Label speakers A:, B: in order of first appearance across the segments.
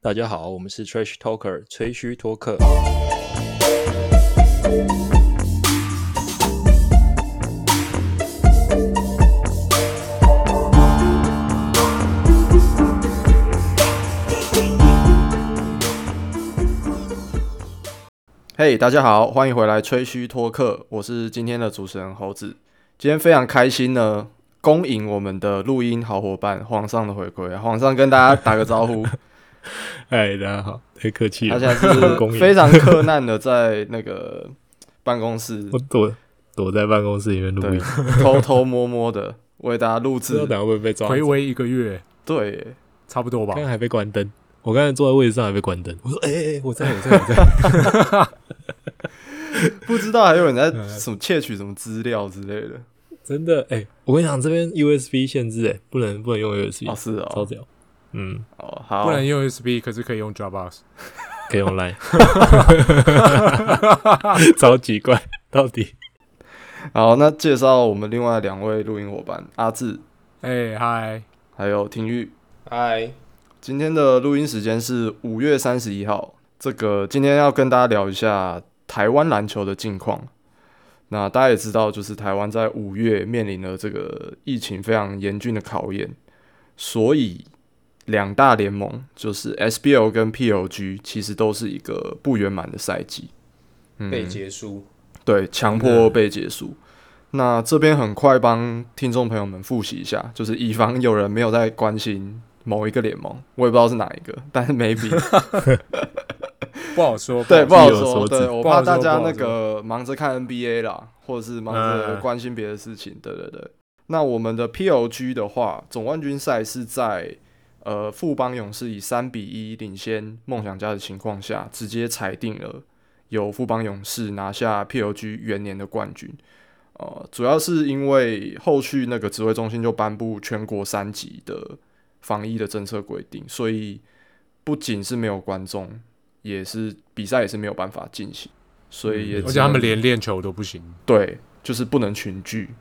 A: 大家好，我们是 Trash Talker 吹嘘托客。
B: 嘿大家好，欢迎回来吹嘘托客，我是今天的主持人猴子。今天非常开心呢，恭迎我们的录音好伙伴皇上的回归。啊皇上跟大家打个招 呼，
C: 嗨，哎大家好，太客气
B: 他
C: 了。
B: 现在
C: 恭
B: 是
C: 迎
B: 非常克难的在那个办公室
C: 我躲躲在办公室里面录
B: 对
C: 音，
B: 偷偷摸摸的为大家录
C: 不知道
B: 制。
C: 等下会不会被抓
D: 回
C: 走。
D: 味一个月，
B: 对耶，
D: 差不多吧
C: 刚。刚还被关灯，我刚才坐在位置上还被关灯。我说：“哎、哎哎，我在，我在，我在。
B: 不知道还有人 在
C: 呃
B: 什么窃取什么资料之类的。”
C: 真的，哎、我跟你讲，这边 USB 限制，哎，不能不能用 USB，、
B: 哦，是
C: 超
B: 哦，
C: 屌。嗯，
B: 哦好，
D: 不能用 USB，可是可以用 Dropbox。
C: 可以用 Line，超奇怪，到底
B: 好，那介绍我们另外两位录音伙伴阿志
D: 哎嗨，
B: 还有廷玉。
A: 嗨，
B: 今天的录音时间是五月三十一号。这个今天要跟大家聊一下台湾篮球的近况。那大家也知道，就是台湾在五月面临了这个疫情非常严峻的考验，所以两大联盟就是 SBL 跟 PLG 其实都是一个不圆满的赛季，嗯
A: 被结束。
B: 对，强迫被结束。那这边很快帮听众朋友们复习一下，就是以防有人没有在关心某一个联盟，我也不知道是哪一个， 但是 maybe
D: 不好说。
B: 对不
D: 好
B: 好
C: 有
B: 说，
C: 所指
B: 对我
D: 不好
B: 怕
D: 说
B: 大家
D: 不
B: 那
D: 好说
B: 个忙着看 NBA 啦，或者是忙着
D: 嗯
B: 关心别的事情，对对对。那我们的 PLG 的话，总冠军赛是在呃富邦勇士以三比一领先梦想家的情况下，直接裁定了由富邦勇士拿下 PLG 元年的冠军。呃，主要是因为后续那个指挥中心就颁布全国三级的防疫的政策规定，所以不仅是没有观众，也是比赛也是没有办法进行，所以也
D: 嗯而
B: 只
D: 且他
B: 能
D: 们连练球都不行。
B: 对，就是不能群聚。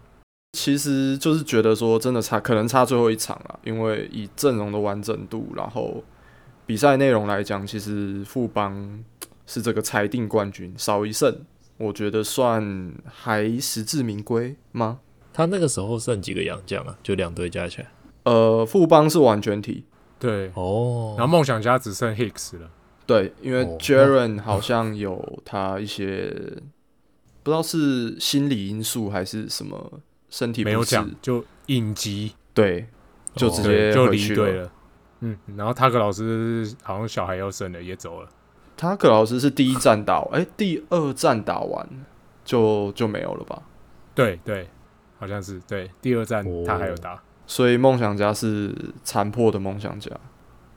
B: 其实就是觉得说，真的差，可能差最后一场啊，因为以阵容的完整度，然后比赛内容来讲，其实富邦是这个裁定冠军，少一胜，我觉得算还实至名归吗？
C: 他那个时候剩几个洋将啊？就两队加起来。
B: 呃，富邦是完全体，
D: 对，
C: 哦，
D: 然后梦想家只剩 Hicks 了。
B: 对，因为
C: 哦
B: Jaren 好像有他一些不知道是心理因素还是什么身体
D: 没
B: 不
D: 有
B: 适，
D: 讲就隐级，
B: 对，就直
C: 哦
B: 接
D: 对，就
B: 回
D: 离
B: 去
D: 队了。嗯，然后塔克老师好像小孩要生了，也走了。
B: 塔克老师是第一站打完，哎、第二站打完就就没有了吧？
D: 对对，好像是对。第二站
C: 哦
D: 他还有打，
B: 所以梦想家是残破的梦想家，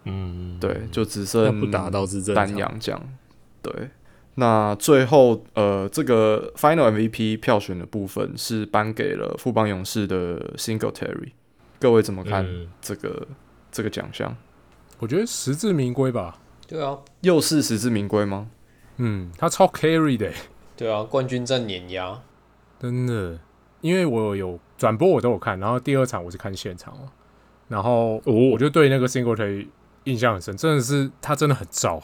C: 嗯，
B: 对，就只
C: 那
B: 剩
C: 不打到是正
B: 丹
C: 常。
B: 阳将，对。那最后，呃，这个 Final MVP 票选的部分是颁给了富邦勇士的 Singletary，各位怎么看
C: 嗯
B: 这个、这个奖项？
D: 我觉得实至名归吧。
A: 对啊，
B: 又是实至名归吗？
D: 嗯，他超 carry 的欸、
A: 对啊，冠军战碾压。
D: 真的，因为我有转播我都有看，然后第二场我是看现场哦，然后
C: 哦
D: 我就对那个 Singletary 印象很深，真的是他真的很糟。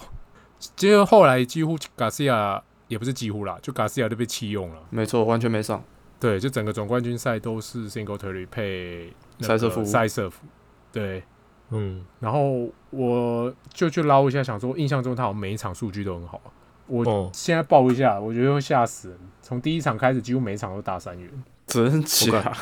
D: 结果后来几乎 Garcia 也不是几乎啦，就 Garcia 都被弃用了。
B: 没错，完全没上。
D: 对，就整个总冠军赛都是 Singletary 配那
B: 塞
D: 个
B: 瑟夫
D: 塞瑟夫。对，
C: 嗯，
D: 然后我就去捞一下，想说印象中他好像每一场数据都很好。
C: 哦
D: 我现在报一下，我觉得会吓死人。从第一场开始，几乎每一场都大三元，
B: 真假？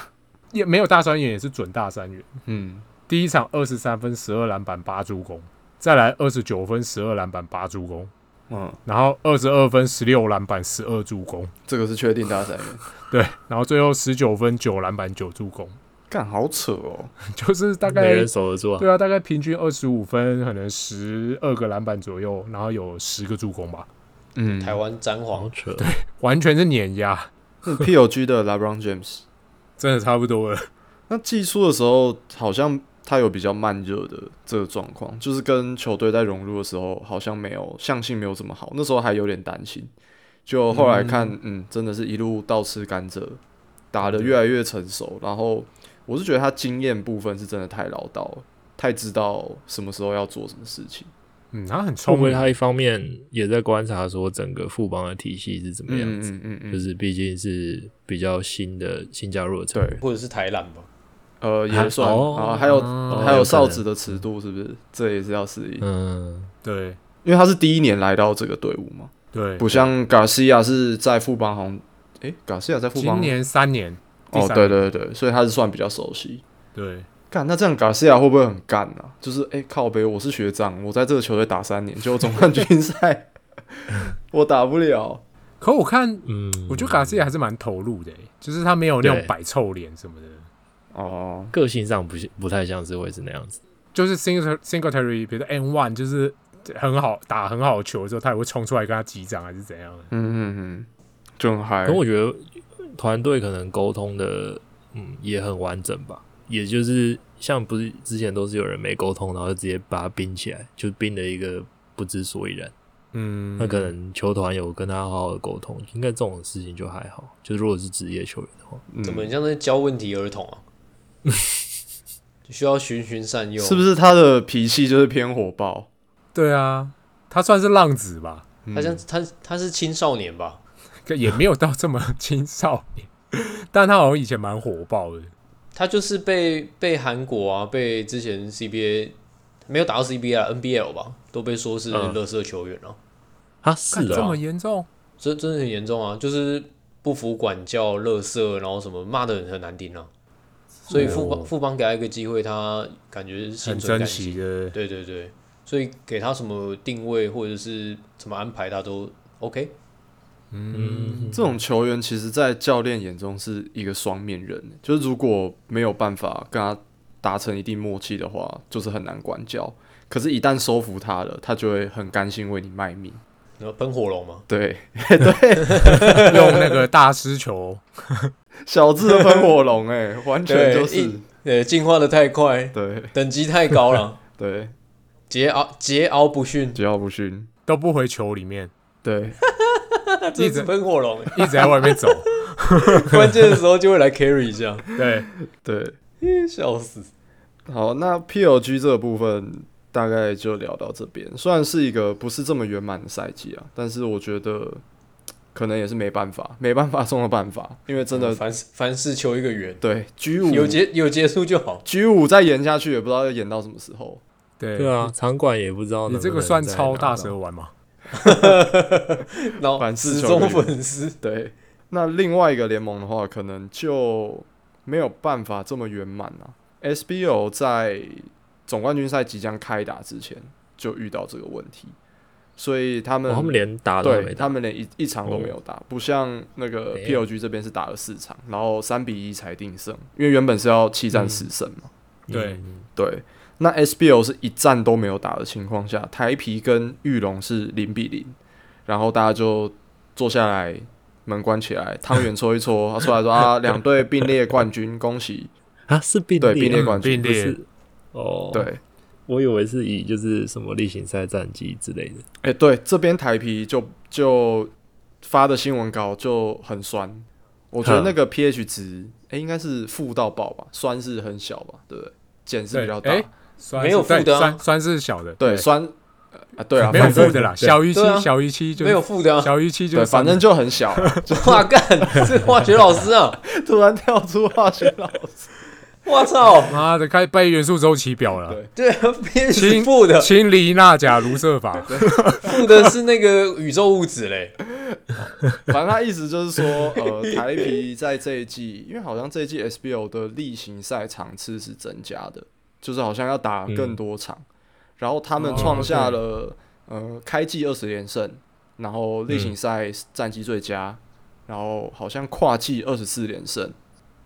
D: 也没有大三元，也是准大三元。
B: 嗯，
D: 第一场二十三分、十二篮板、八助攻，再来二十九分、十二篮板、八助攻，
B: 嗯，
D: 然后二十二分、十六篮板、十二助攻，
B: 这个是确定大赛的。
D: 对，然后最后十九分、九篮板、九助攻，
B: 干，好扯哦。
D: 就是大
C: 没
D: 概
C: 人守得住啊。
D: 对啊，大概平均二十五分，可能十二个篮板左右，然后有十个助攻吧，
B: 嗯
A: 台湾詹
C: 好
A: 皇
C: 扯。
D: 完全是碾压，
B: POG 的 LeBron James，
D: 真的差不多了。
B: 那技术的时候好像他有比较慢热的这个状况，就是跟球队在融入的时候好像没有向性没有这么好，那时候还有点担心。就后来看，嗯真的是一路倒吃甘蔗，打得越来越成熟。然后我是觉得他经验部分是真的太唠叨了，太知道什么时候要做什么事情。
D: 嗯，他很
C: 会
D: 聪
C: 不会
D: 明，
C: 他一方面也在观察说整个富邦的体系是怎么样
B: 嗯
C: 子？
B: 嗯嗯嗯，
C: 就是毕竟是比较新的新加入的成员
B: 对，
A: 或者是台篮吧？
B: 呃，也算
C: 哦
B: 啊，还有
D: 哦
B: 还有
C: 有可能
B: 哨子的尺度是不是？这也是要适应，
C: 嗯，
D: 对
B: 因为他是第一年来到这个队伍嘛，
D: 对，
B: 不像 Garcia 是在富邦好像，诶 g a r c i a 在富
D: 今
B: 邦
D: 年三年，第
B: 哦，
D: 三
B: 对
D: 年
B: 对对，所以他是算比较熟悉。
D: 对，
B: 干，那这样 Garcia 会不会很干啊？就是诶，靠北，我是学长，我在这个球队打三年，结果总冠军 赛我打不了。
D: 可我看，
C: 嗯，
D: 我觉得卡西亚还是蛮投入的欸，就是他没有那种
C: 对
D: 摆臭脸什么的。
B: 哦，
C: 个性上不是不太像是会是那样子。
D: 就是 single singletary，比如说 N one，就是很好打很好的球的时候，他也会冲出来跟他击掌，还是怎样的？
B: 嗯嗯嗯，就很嗨
C: 可。我觉得团队可能沟通的，嗯，也很完整吧。也就是像不是之前都是有人没沟通，然后就直接把他冰起来，就冰的一个不知所以然。
D: 嗯，
C: 那可能球团有跟他好好的沟通，应该这种事情就还好。就如果是职业球员的话，
B: 嗯
A: 怎么很像在教问题儿童啊？ 需要循循善诱，
B: 是不是他的脾气就是偏火爆？
D: 对啊，他算是浪子吧，
B: 嗯
A: 他像他他是青少年吧？
D: 可也没有到这么 青少年，但他好像以前蛮火爆的。
A: 他就是被被韩国啊，被之前 CBA 没有打到 CBA 啊，NBL 吧，都被说是
C: 嗯
A: 垃圾球员啊，
C: 啊，是
D: 干这
C: 的、
D: 么严重？
A: 这真的很严重啊，就是不服管教、垃圾，然后什么骂的很很难听啊。所以富邦富邦给他一个机会，他感觉是心
D: 很
A: 存
D: 珍
A: 感激
D: 惜，的，
A: 对对对，所以给他什么定位或者是怎么安排，他都 OK。
C: 嗯，
B: 这种球员其实，在教练眼中是一个双面人，欸就是如果没有办法跟他达成一定默契的话，就是很难管教。可是，一旦收服他了，他就会很甘心为你卖命。
A: 然后喷火龙嘛，
B: 对，
D: 用那个大师球，
B: 小智的喷火龙，哎，完全就
A: 对
B: 是
A: 一呃，进化的太快，
B: 对
A: 等级太高了，
B: 对，
A: 桀骜桀骜不驯，
B: 桀骜不驯，
D: 都不回球里面，
B: 对，
A: 这是喷火龙，
D: 一直在外面走。
A: 关键的时候就会来 carry 一下，
D: 对，
B: 对。
A: 笑死。
B: 好，那 PLG 这个部分大概就聊到这边。虽然是一个不是这么圆满的赛季啊，但是我觉得可能也是没办法，没办法中的办法，因为真的、嗯
A: 凡事凡事求一个圆，
B: 对 G
A: 有
B: 五
A: 结有结束就好。
B: G 五再延下去也不知道要延到什么时候。
D: 对
C: 对啊，场馆也不知道
D: 你这个算超大蛇丸吗？
A: 然后
B: 凡事
A: 死
B: 求一个
A: 忠
B: 圆
A: 粉丝，
B: 对，那另外一个联盟的话，可能就没有办法这么圆满啊了。SBO 在总冠军赛即将开打之前就遇到这个问题，所以他
C: 哦
B: 们、
C: 他们连打都还
B: 对
C: 没
B: 他
C: 打，
B: 们连一一场都没有打，不像那个
C: 没
B: PLG 这边是打了四场，然后三比一才定胜，因为原本是要七战四胜嘛。
D: 对
C: 嗯
B: 对，那 SBL 是一战都没有打的情况下，台皮跟玉龙是零比零，然后大家就坐下来，门关起来，汤圆搓一搓，他出来说啊，两队并列冠军，恭喜。
C: 啊，是并
B: 对并
C: 列
B: 列
C: 吗
B: 冠军
D: 并
C: 不
D: 列
C: 是哦，，
B: 对，哎、
C: 我以为是以就是什么例行赛战绩之类的，
B: 对，这边台皮就就发的新闻稿就很酸，我觉得那个 pH 值，哎、应该是负到爆吧，酸是很小吧，对不对？碱是比较大，
D: 对诶酸是
A: 没有负的
D: 对
A: 啊
D: 酸酸是小的，
B: 对，酸。呃啊，对啊，
D: 没有
B: 反
D: 负
B: 正
D: 的啦，
C: 对
D: 小于七
A: 对啊，
D: 小于七就
A: 没有负的、啊，
D: 小于七就
B: 对，
D: 是
B: 反正就很 小啊、
A: 哇干，是化学老师啊！
B: 突然跳出化学老师，
A: 我操，
D: 妈的，开始背元素周期表了。
B: 对
A: 对啊，变
D: 氢
A: 是负的，
D: 氢离钠钾卢瑟法，
A: 负的是那个宇宙物质嘞。
B: 反正他意思就是说，呃，台皮在这一季，因为好像这一季 SBO 的例行赛场次是增加的，就是好像要打更多场，然后他们创下了、呃开季二十连胜，然后例行赛战绩最佳，然后好像跨季二十四连胜，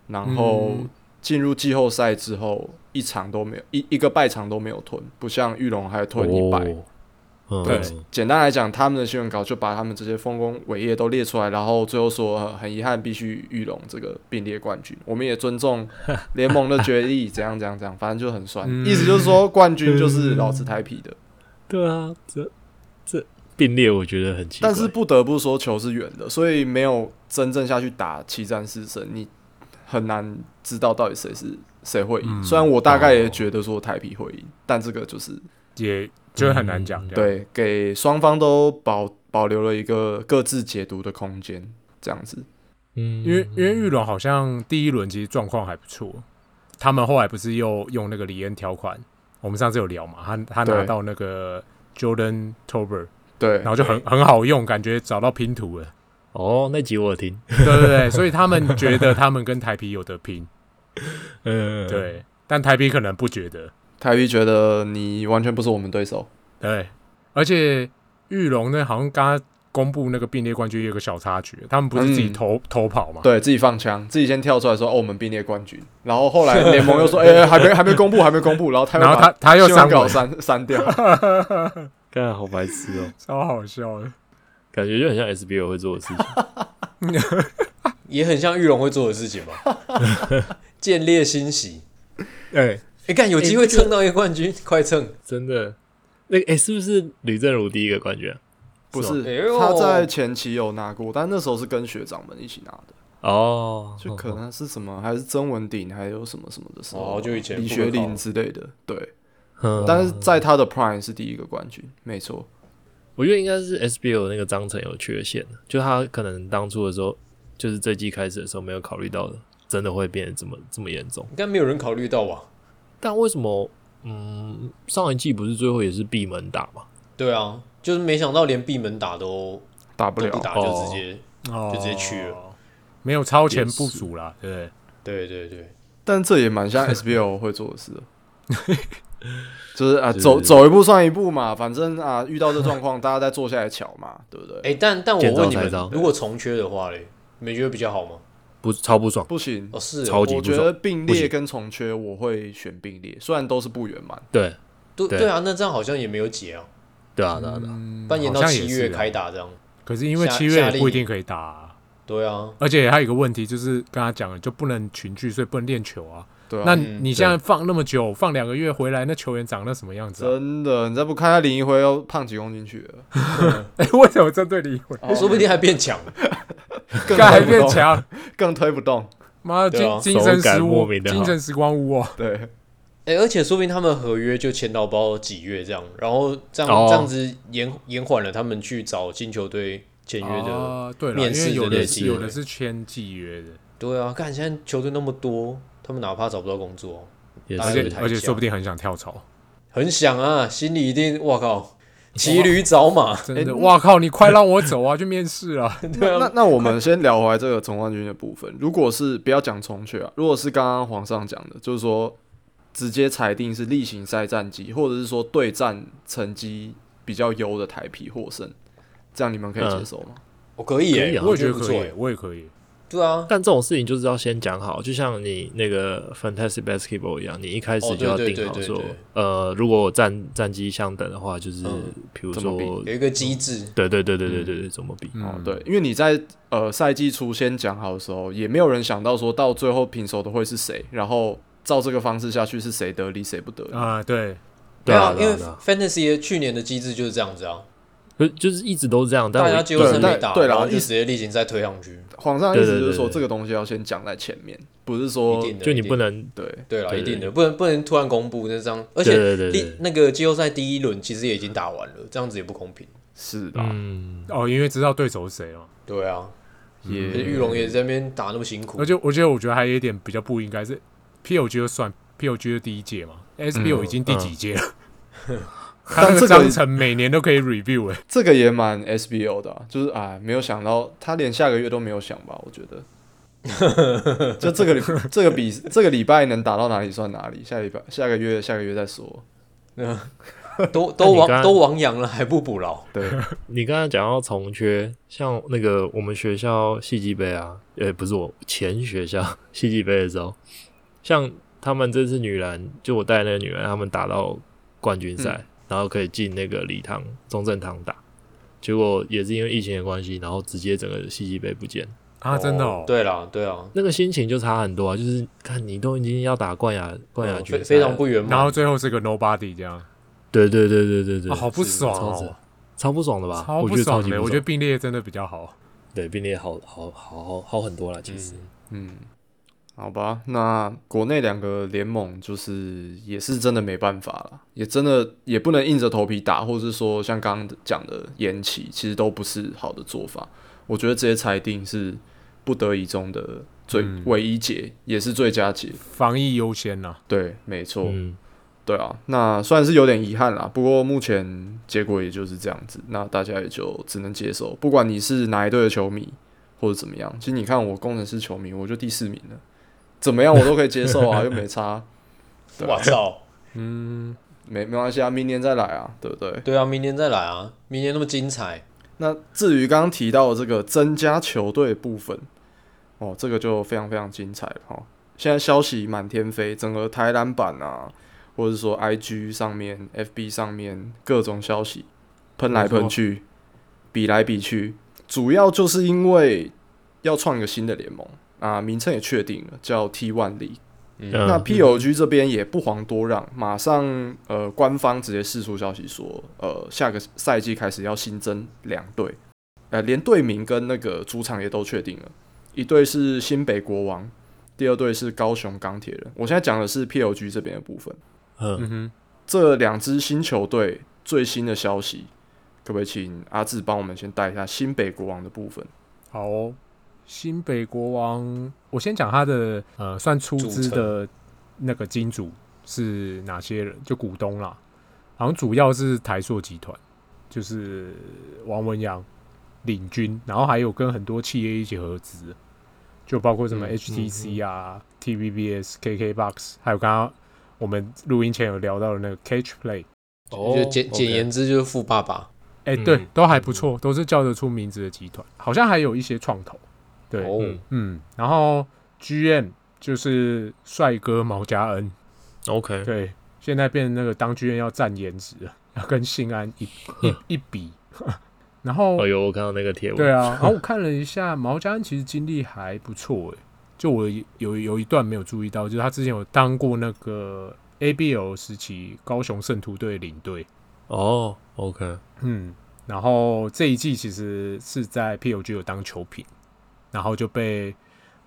B: 然后
D: 嗯
B: 进入季后赛之后一场都没有，一一个败场都没有吞，不像玉龙还吞一败。
C: 哦，嗯，
D: 对
B: 简单来讲，他们的新闻稿就把他们这些丰功伟业都列出来，然后最后说、呃很遗憾必须玉龙这个并列冠军，我们也尊 重联盟的决议，怎样怎样怎样，反正就很酸。
D: 嗯
B: 意思就是说，冠军就是老子台皮的。
C: 对啊，这这并列我觉得很奇怪，
B: 但是不得不说，球是圆的，所以没有真正下去打七战四胜，你很难知道到底谁是谁会赢。
D: 嗯
B: 虽然我大概也
C: 哦
B: 觉得说台皮会赢，但这个就是
D: 也就是很难讲。这样，
B: 对，给双方都保保留了一个各自解读的空间，这样子。
C: 嗯，
D: 因为因为玉龙好像第一轮其实状况还不错，他们后来不是又用那个李恩条款，我们上次有聊嘛，他他拿
B: 对
D: 到那个 Jordan Tober，
B: 对
D: 然，后就很很好用，感觉找到拼图了。
C: 哦，那集我有听，
D: 对对对，所以他们觉得他们跟台皮有得拼，
C: 嗯，
D: 对，但台皮可能不觉得，
B: 台币觉得你完全不是我们对手。
D: 对，而且玉龙呢，好像刚刚公布那个并列冠军有个小插曲，他们不是自己
B: 嗯
D: 偷、偷跑嘛？
B: 对自己放枪，自己先跳出来说：“哦，我们并列冠军。”然后 后来联盟又说：“哎、还没还没公布，还没公布。”然后他又
D: 然后
B: 把
D: 他他又
B: 新闻
D: 上
B: 稿
D: 稿，
B: 删删掉。
C: 干好白痴哦，
D: 超好笑的。
C: 感觉就很像 SBL 会做的事情。
A: 也很像玉龙会做的事情 吧，建立欣喜。
C: 哎，
A: 哎，看有机会蹭到一个冠军，快蹭！
C: 真的，那个哎、是不是吕正如第一个冠军啊、
B: 不
C: 是
D: 哦
B: 是
A: 哎呦，
B: 他在前期有拿过，但那时候是跟学长们一起拿的，
C: 哦，
B: 就可能是什么还是曾文鼎，还有什么什么的时候，
A: 哦就以前
B: 李
A: 复
B: 学
A: 刻考
B: 林之类的。对，
C: 嗯，
B: 但是在他的 Prime 是第一个冠军，没错。
C: 我觉得应该是 SBL 那个章程有缺陷的，就他可能当初的时候，就是这季开始的时候没有考虑到的，真的会变得这么这么严重。
A: 应该没有人考虑到吧？
C: 但为什么？嗯，上一季不是最后也是闭门打嘛？
A: 对啊，就是没想到连闭门打都
B: 打不
A: 都
B: 了，
A: 不打，
C: 哦
A: 就直接
D: 就
A: 就直接去了。
D: 哦没有超前部署啦，对不对？
A: 对对对，
B: 但这也蛮像 SBL 会做的事的，就是啊，
C: 是
B: 走走一步算一步嘛，反正啊，遇到这状况，大 家再坐下来瞧嘛，对不对？
A: 哎，但但我
C: 见招
A: 问你
C: 拆
A: 们
C: 招，
A: 如果重缺的话嘞，你们觉得比较好吗？
C: 不超不爽，
B: 不行，
A: 哦，是哦
C: 超级
B: 我
C: 不
B: 觉
C: 爽
B: 得并
C: 不
B: 列
C: 行
B: 跟重缺我会选并列，虽然都是不圆满，
C: 对
A: 对
C: 对
A: 对啊，那这样好像也没有解啊，
C: 对啊对啊对啊，
D: 嗯
A: 半延到
D: 好像也
A: 七月
D: 是啊
A: 开打这样。
D: 可是因为
A: 夏
D: 七月
A: 夏
D: 也
A: 令
D: 不一定可以打啊、
A: 对啊，
D: 而且还有一个问题就是刚刚讲了，就不能群聚，所以不能练球啊。
B: 对啊，
D: 那
A: 嗯
D: 你现在放那么久，放两个月回来，那球员长那什么样子、啊？
B: 真的，你再不看他林一辉要胖几公斤去了，
D: 哎、 为什么针对李伟？
A: 哦说不定还变强。
B: 更
D: 刚才
B: 推不
D: 变
B: 动，
D: 强，
B: 更推不动，
D: 妈的，
A: 对啊
D: 精精神
C: 手感
D: 时
C: 莫
D: 屋，
C: 名的好
D: 精神时光屋哦。
B: 对，
A: 哎、而且说不定他们合约就签到包几月这样，然后这样、
C: 哦
A: 这样子延延缓了他们去找金球队签约的。
D: 啊，对了，
A: 面
D: 因
A: 试
D: 为有
A: 的
D: 的
A: 那
D: 是
A: 些
D: 有的是签季约的，
A: 对啊，看现在球队那么多，他们哪怕找不到工作，
C: 也
A: 打
D: 而
A: 对
D: 且
C: 是
A: 太
D: 而且
A: 强
D: 说不定很想跳槽。
A: 很想啊，心里一定哇靠，骑驴找马。
D: 真的，哇靠！你快让我走啊，去面试啊！
A: 对
B: 那
A: 啊，
B: 那那我们先聊回来这个总冠军的部分。如果是不要讲重缺啊，如果是刚刚皇上讲的，就是说直接裁定是例行赛战绩，或者是说对战成绩比较优的台皮获胜，这样你们可以
C: 嗯
B: 接受吗？
A: 我可以耶、
C: 可以啊
D: 我也
A: 觉
D: 觉得
A: 不
D: 可
A: 错耶、欸
D: 以，我也可以。
A: 对啊，
C: 但这种事情就是要先讲好，就像你那个 Fantasy Basketball 一样，你一开
A: 哦
C: 始就要
A: 对对
C: 定好
A: 对对
C: 说，
A: 对
C: 呃，如果战战绩相等的话，就是
A: 嗯
C: 比如
B: 怎么
C: 说，
A: 有一个机制。
C: 对对对对对对对，怎么比？
B: 哦
D: 嗯，，
B: 对，因为你在呃赛季初先讲好的时候，也没有人想到说到最后平手的会是谁，然后照这个方式下去是谁得利谁不得利。
D: 啊，对，
A: 没
C: 对啊，
A: 有，因
C: 对
A: 为
C: 啊，对啊
A: Fantasy 去年的机制就是这样子啊，
C: 可就是一直都是这样，但
A: 大
C: 我
A: 家季后
B: 对
A: 赛
B: 但
A: 没打，
B: 对啦
A: 然后就
B: 一
A: 直接例行赛推上去，
B: 皇上意思
C: 对
B: 就是
C: 对对
B: 说
C: 对
B: 这个东西要先讲在前面，不是
A: 一
B: 说
A: 定的。
C: 就你
A: 一定
C: 不能
B: 对
A: 对了，
C: 哦对
A: 一定的，不能不能突然公布那张，而且
C: 对对对
A: 第
C: 对
A: 那个季后赛第一轮其实也已经打完了，这样子也不公平。
B: 是的啊，
C: 嗯，
D: 哦，因为知道对手是谁哦。
A: 对啊，
B: 也
A: 玉龙也在那边打那么辛苦
D: 而，且我觉得，我觉得还有一点比较不应该是 POG 就算 POG 的第一届嘛，SBO 已经第几届了？他
B: 但
D: 那
B: 这个
D: 个章程每年都可以 review 哎、
B: 这个也蛮 SBO 的啊、就是啊，没有想到他连下个月都没有想吧？我觉得，就这个礼这个比这个礼拜能打到哪里算哪里，下礼拜下个月下个月再说。
A: 都
C: 那
A: 都
C: 你刚
A: 亡
C: 刚
A: 都亡羊了还不补牢，
B: 对，
C: 你刚才讲到重缺，像那个我们学校戏剧杯啊，呃，不是我前学校 戏剧杯的时候，像他们这次女篮，就我带那个女篮，他们打到冠军赛，
D: 嗯
C: 然后可以进那个礼堂中正堂打，结果也是因为疫情的关系，然后直接整个戏剧杯不见，
D: 啊，真的哦，
A: 对啦，对啊，
C: 那个心情就差很多啊，就是看你都已经要打冠亚冠亚
D: 哦
A: 嗯
C: 军
A: 非
C: 啊赛了、
A: 非常不圆
D: 然
A: 满。
D: 后最后是个 nobody 这样，
C: 对对对对对对，
D: 啊、好不爽
C: 超级
D: 哦，
C: 超不爽的吧？
D: 超
C: 我觉
D: 不
C: 得超
D: 爽
C: 级
D: 的、
C: 不
D: 我觉得并列真的比较好。
C: 对并列好好好好好很多了，其实。
A: 嗯
B: 嗯，好吧，那国内两个联盟就是也是真的没办法了，也真的也不能硬着头皮打，或是说像刚刚讲的延期，其实都不是好的做法。我觉得这些裁定是不得已中的最、
D: 嗯
B: 唯一解，也是最佳解。
D: 防疫优先呐、啊
B: 对，没错。
C: 嗯，
B: 对啊，那虽然是有点遗憾啦，不过目前结果也就是这样子，那大家也就只能接受。不管你是哪一队的球迷或者怎么样，其实你看我工程师球迷，我就第四名了，怎么样我都可以接受啊，又没差，对
A: 我操！
D: 嗯，
B: 没没关系啊，明年再来啊，对不对？
A: 对啊，明年再来啊，明年那么精彩，
B: 那至于刚刚提到的这个增加球队部分，哦，这个就非常非常精彩了哈、哦。现在消息满天飞，整个台篮版啊，或者说 IG 上面、FB 上面各种消息喷来喷去，比来比去，主要就是因为要创一个新的联盟啊，名称也确定了，叫 T One League。
C: 嗯
A: 嗯
B: 那 POG 这边也不遑多让，马上呃，官方直接释出消息说，呃，下个赛季开始要新增两队，呃，连队名跟那个主场也都确定了，一队是新北国王，第二队是高雄钢铁人。我现在讲的是 POG 这边的部分，
C: 嗯，
D: 嗯哼，
B: 这两支新球队最新的消息，可不可以请阿志帮我们先带一下新北国王的部分？
D: 好哦、新北国王，我先讲他的呃，算出资的那个金主是哪些人，就股东啦，好像主要是台塑集团，就是王文洋领军，然后还有跟很多企业一起合资，就包括什么
A: 嗯
D: HTC 啊、TVBS、KKBox，还有刚刚我们录音前有聊到的那个 Catch Play。
C: 哦
A: 就简简
C: OK
A: 言之就是富爸爸。
D: 哎、
C: 嗯
D: 对，都还不错，都是叫得出名字的集团，好像还有一些创投。对，
A: 哦，
C: 嗯
D: 嗯，然后 GM 就是帅哥毛家恩，
C: ，OK，
D: 对，现在变成那个当 GM 要占颜值了，要跟信安一一一比。 然后
C: 哦，有我看到那个贴文，
D: 对啊，然后我看了一下，毛家恩其实经历还不错诶、就我有有一段没有注意到，就是他之前有当过那个 ABL 时期高雄圣徒队领队，
C: 哦，OK，
D: 嗯，然后这一季其实是在 POG 有当球评，然后就被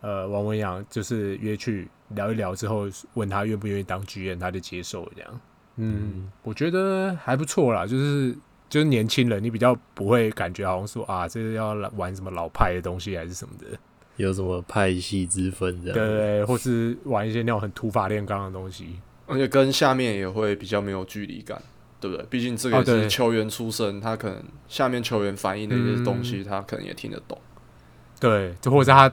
D: 呃王文洋就是约去聊一聊之后，问他愿不愿意当 GM，他就接受了这样。嗯，
C: 嗯
D: 我觉得还不错啦，就是就是年轻人，你比较不会感觉好像说啊，这是要来玩什么老派的东西还是什么的，
C: 有什么派系之分这样？
D: 对对对，或是玩一些那种很土法炼钢的东西。
B: 而且跟下面也会比较没有距离感，对不对？毕竟这个
D: 哦
B: 也是
D: 对
B: 球员出身，他可能下面球员反映的一些东
D: 嗯
B: 西，他可能也听得懂。
D: 对，就或者他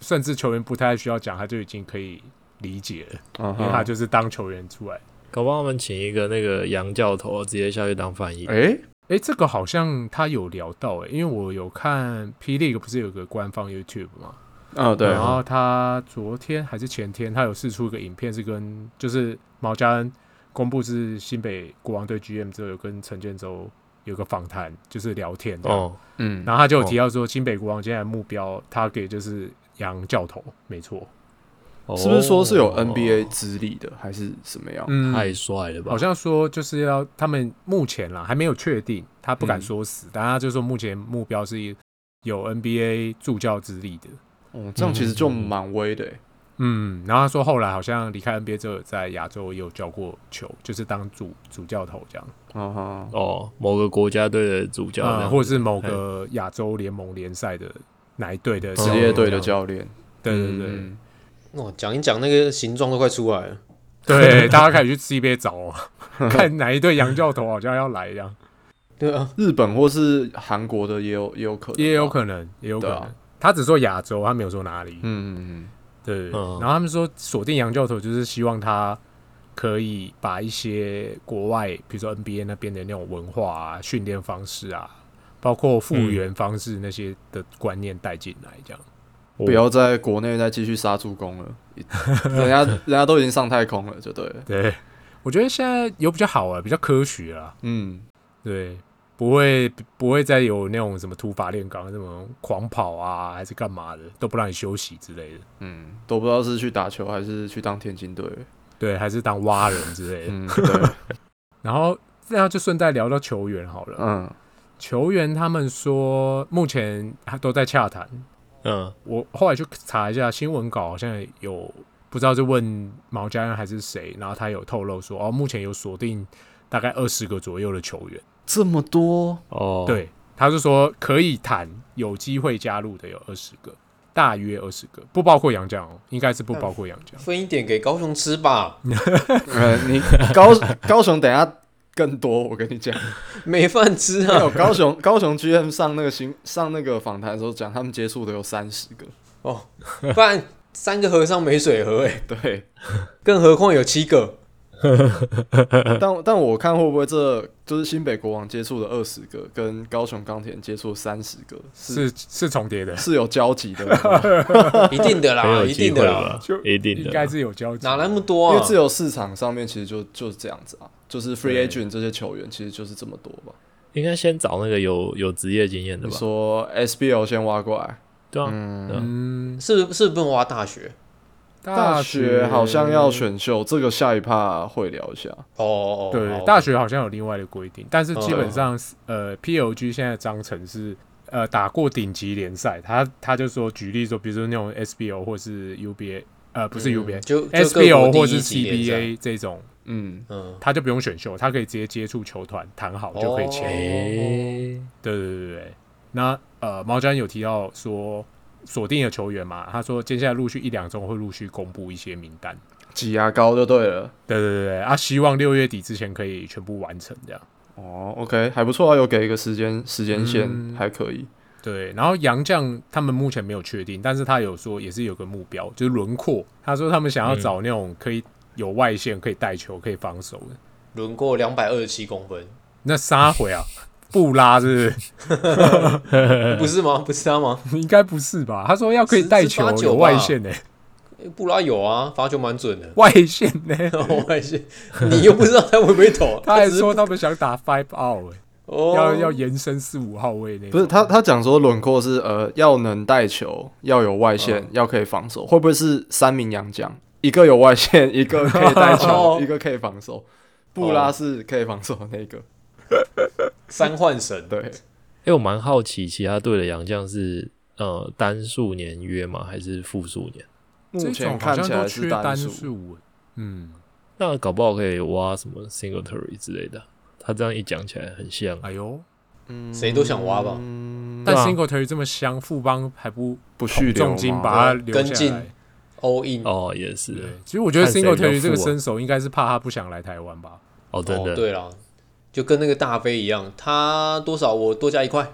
D: 甚至球员不太需要讲，他就已经可以理解了，
B: 嗯
D: 因为
B: 哼
D: 他就是当球员出来。
C: 搞不好他们请一个那个洋教头直接下去当翻译。
B: 诶
D: 诶，这个好像他有聊到诶，因为我有看 P League 不是有个官方 YouTube 嘛，
B: 嗯，对，
D: 然后
C: 哦
D: 他昨天还是前天，他有试出一个影片，是跟就是毛家恩公布是新北国王队 GM 之后，有跟陈建州有个访谈，就是聊天的。
C: 哦，
B: 嗯，
D: 然后他就有提到说，新北国王现在的目标，他给就是杨教头，没错，
C: 哦
B: 是不是说是有 NBA 资历的，还是什么样？
D: 嗯
C: 太帅了吧？
D: 好像说就是要他们目前啦还没有确定，他不敢
B: 嗯
D: 说死，但他就说目前目标是有 NBA 助教资历的。
B: 哦，这样其实就蛮威的、诶欸
D: 嗯，然后他说后来好像离开 NBA 之后，在亚洲也有教过球，就是当主主教头这样，
B: 嗯哼，
C: 哦，某个国家队的主教
B: 啊
C: 这样子，
D: 呃，或者是某个亚洲联盟联赛的哪一队的
B: 职业队的，教练，
D: 嗯对对对、
B: 嗯
A: 哦，讲一讲那个形状都快出来了。
D: 对，大家可以去 CBA 找哦， 看哪一队洋教头好像要来这样，
A: 对啊，
B: 日本或是韩国的也有也有可能，
D: 也有可能，也有可
B: 对
D: 能，
B: 啊
D: 他只说亚洲，他没有说哪里，
B: 嗯，嗯
D: 对，
C: 嗯
D: 然后他们说锁定洋教头就是希望他可以把一些国外，比如说 NBA 那边的那种文化啊、训练方式啊，包括复原方式那些的观念带进来，这样。哦
B: 嗯，不要在国内再继续杀助攻 了，人家人家都已经上太空了，就对了，
D: 对，我觉得现在有比较好啊，比较科学啊，
B: 嗯，
D: 对，不会不会再有那种什么土法炼钢、那种狂跑啊，还是干嘛的，都不让你休息之类的。
B: 嗯，都不知道是去打球还是去当田径队。
D: 对，还是当蛙人之类的。
B: 嗯，对，
D: 然后，这样就顺带聊到球员好了。
B: 嗯
D: 球员他们说，目前还都在洽谈，
C: 嗯，
D: 我后来去查一下新闻稿，好像有不知道是问毛家恩还是谁，然后他有透露说，哦，目前有锁定大概二十个左右的球员，
B: 这么多，
C: 哦，，
D: 对，他是说可以谈有机会加入的有二十个，大约二十个，不包括杨将哦，应该是不包括杨将。
A: 分一点给高雄吃吧，
B: 呃，你高高雄等一下更多，我跟你 讲，
A: 没饭吃
B: 还有
A: 啊！
B: 高雄高雄 GM 上那个新上那个访谈的时候讲，他们接触的有三十个，
A: 哦，不然三个和尚没水喝哎、
B: 对，
A: 更何况有 七个。
B: 但但我看会不会这就是新北国王接触的二十个，跟高雄钢铁接触三十个是
D: 是是重叠的，
B: 是有交集的吗，
A: 一定的
C: 很
D: 啊
A: 啦，
C: 有
A: 一
C: 机
A: 定
C: 会
A: 的啦，
C: 吧
D: 就，
C: 一定
D: 应
C: 的
D: 该
C: 啦，
D: 是有交集。
A: 哪来那么多
B: 因为
A: 啊？
B: 自由市场上面其实就就是这样子啊，就是 free agent 这些球员其实就是这么多吧。
C: 应该先找那个有有职业经验的
B: 你
C: 吧，
B: 说 SBL 先挖过来，
C: 对啊，
D: 嗯，
A: 是不是不能挖大学？
B: 大学好像要
D: 选。
B: 选秀，这个下一趴会聊一下。
A: 哦哦哦，
D: 对，
A: 好
D: 大学好像有另外的规定，但是
A: 嗯
D: 基本上，呃，PLG 现在的章程是，呃，打过顶级联赛，他他就说，举例说，比如说那种 SBO 或是 UBA，呃，不是
A: 嗯
D: UBA，、
A: 就就各国
D: SBO
A: 第一
D: 或是
A: 级联赛
D: CBA 这种，
B: 嗯，
A: 嗯，
D: 他就不用选秀，他可以直接接触球团谈好就可以签。
A: 哦诶，
D: 对对对对对。那呃，毛詹有提到说锁定的球员嘛，他说接下来陆续一两周会陆续公布一些名单。
B: 挤牙膏就对了。
D: 对对对对，啊，希望六月底之前可以全部完成这样。
B: 哦，OK，还不错啊，有给一个时间时间线，
D: 嗯
B: 还可以。
D: 对，然后杨绛他们目前没有确定，但是他有说也是有个目标，就是轮廓。他说他们
B: 嗯
D: 想要找那种可以有外线、可以带球、可以防守的。
A: 轮过两百二十七公分，
D: 那杀回啊，布拉是
A: 不是吗？不是他吗
D: 不？是？应 该不是吧？他说要可以
A: 十
D: 带
A: 十
D: 球
A: 八、九
D: 有
A: 吧
D: 外线呢、
A: 诶布拉有啊，罚球蛮准的
D: 。
A: 哦
D: 外线呢、
A: 我还是你又不知道他会不会投，
D: 他还
A: 只是
D: 说他们想打 five out，、欸
A: 哦
D: 要要延伸四五号位那种。
B: 不是他他讲说轮廓是呃要能带球，要有外线，
D: 嗯
B: 要可以防守，会不会是三名洋将？一个有外线， 一个可以带 球，
A: 哦
B: 一个可以防守。布拉是可以防守的那个，
D: 哦
A: 三换神，
B: 对，
C: 哎、我蛮好奇其他队的洋将是呃单数年约吗？还是复数年？
B: 目
D: 这
B: 前
D: 种
B: 看
D: 好
B: 起
D: 像
B: 来
D: 都
B: 是
D: 缺
B: 单
D: 单
B: 数。
D: 数。嗯，
C: 那搞不好可以挖什么 Singletary 之类的。他这样一讲起来很像，
D: 哎呦，
B: 嗯
A: 谁都想挖吧
B: 嗯
D: 但
C: 对啊
D: Singletary 这么香，富邦还不
B: 不续留
D: 重金
B: 吗
D: 把他留
A: 跟
D: 下
A: 进
D: 来。
A: all in
C: 哦，也是
D: 对，其实我觉得
C: 看谁比较
D: Singletary 这个
C: 富啊
D: 身手应该是怕他不想来台湾吧。
C: 哦，真的，
A: 哦、对了，就跟那个大飞一样，他多少我多加一块。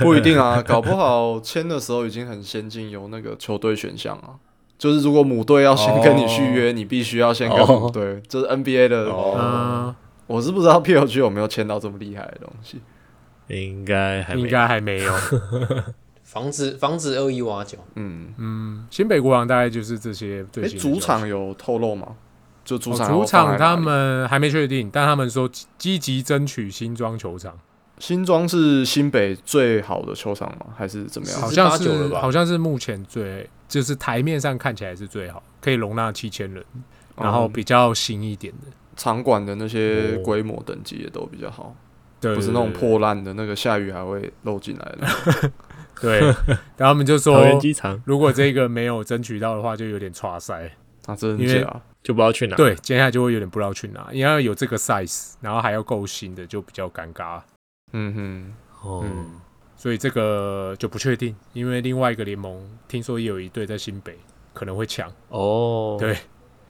B: 不一定啊，搞不好签的时候已经很先进，有那个球队选项啊。就是如果母队要先跟你续约，你必须要先跟母队，这是 NBA 的。
C: 哦
D: 嗯，
B: 我是不知道 PLG 有没有签到这么厉害的东西。
C: 应该还没
D: 应该还没 有。
A: 防止防止恶意挖角，
B: 嗯，
D: 嗯，新北国王大概就是这些最
B: 诶，
D: 新的消
B: 主
D: 息。
B: 场有透露吗？就主
D: 哦
B: 场、
D: 主场他们还没确定，但他们说积积极争取新庄球场，
B: 新庄是新北最好的球场吗？还是怎么
A: 是
B: 样
D: 好？像
A: 18了
D: 是
A: 吧
D: 好像是目前最就是台面上看起来是最好，可以容纳七千人，然后
B: 嗯
D: 比较新一点的，
B: 场馆的那些
D: 哦
B: 规模等级也都比较好，
D: 对，
B: 不是那种
D: 对。
B: 破烂的，那个下雨还会漏进来的。
D: 对，对然后他们就
C: 桃园
D: 说，
C: 机场
D: 如果这个没有争取到的话，就有点差赛。
B: 啊，真
D: 因为
B: 的假？
C: 就不知道去哪。
D: 对，接下来就会有点不知道去哪，因为要有这个 size，然后还要够新的，就比较尴尬。
B: 嗯哼。
C: 哦，
B: 嗯，
D: 所以这个就不确定，因为另外一个联盟听说也有一队在新北可能会抢，
C: 哦，
D: 对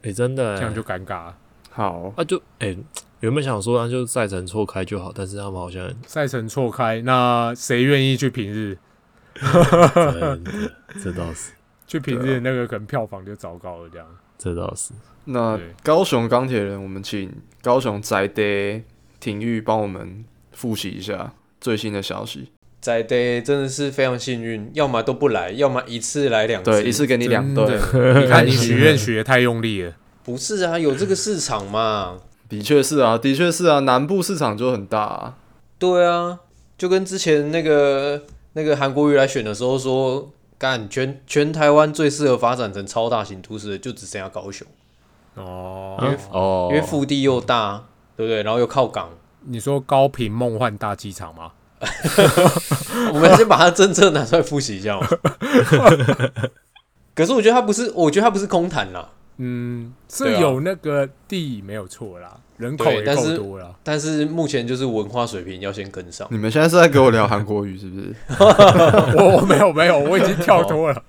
C: 哎、真的欸，
D: 这样就尴尬了。
B: 好，
C: 啊就哎、原本想说那就赛程错开就好，但是他们好 像
D: 赛程错开，那谁愿意去平日？
C: 真的，这倒是，
D: 去平
B: 对啊
D: 日那个可能票房就糟糕了，这样。
C: 这倒是，
B: 那
D: 对
B: 高雄钢铁人，我们请高雄宅爹廷玉帮我们复习一下最新的消息。
A: 在 day 真的是非常幸运，要么都不来，要么一次来两次。
B: 对，一次给你两
D: 真
B: 对，
D: 你看
B: 开
D: 你
B: 心
D: 许愿许的太用力了，
A: 不是啊，有这个市场嘛？
B: 的确是啊，的确是啊，南部市场就很大、啊。
A: 对啊，就跟之前那个那个韩国瑜来选的时候说，干全全台湾最适合发展成超大型都市的，就只剩下高雄，
D: 哦，
C: 啊哦，
A: 因为腹地又大，对不对？然后又靠港，
D: 你说高频梦幻大机场吗？
A: 我们先把他政策拿出来复习一下嘛。 可是我觉得他不是，我觉得他不是空谈啦，
D: 嗯，是
A: 对啊
D: 有那个地没有错啦，人口
A: 对
D: 也
A: 但
D: 够
A: 是
D: 多了。
A: 但是目前就是文化水平要先跟上。
B: 你们现在是在给我聊韩国语是不 是？
D: 我我没有没有，我已经跳脱了。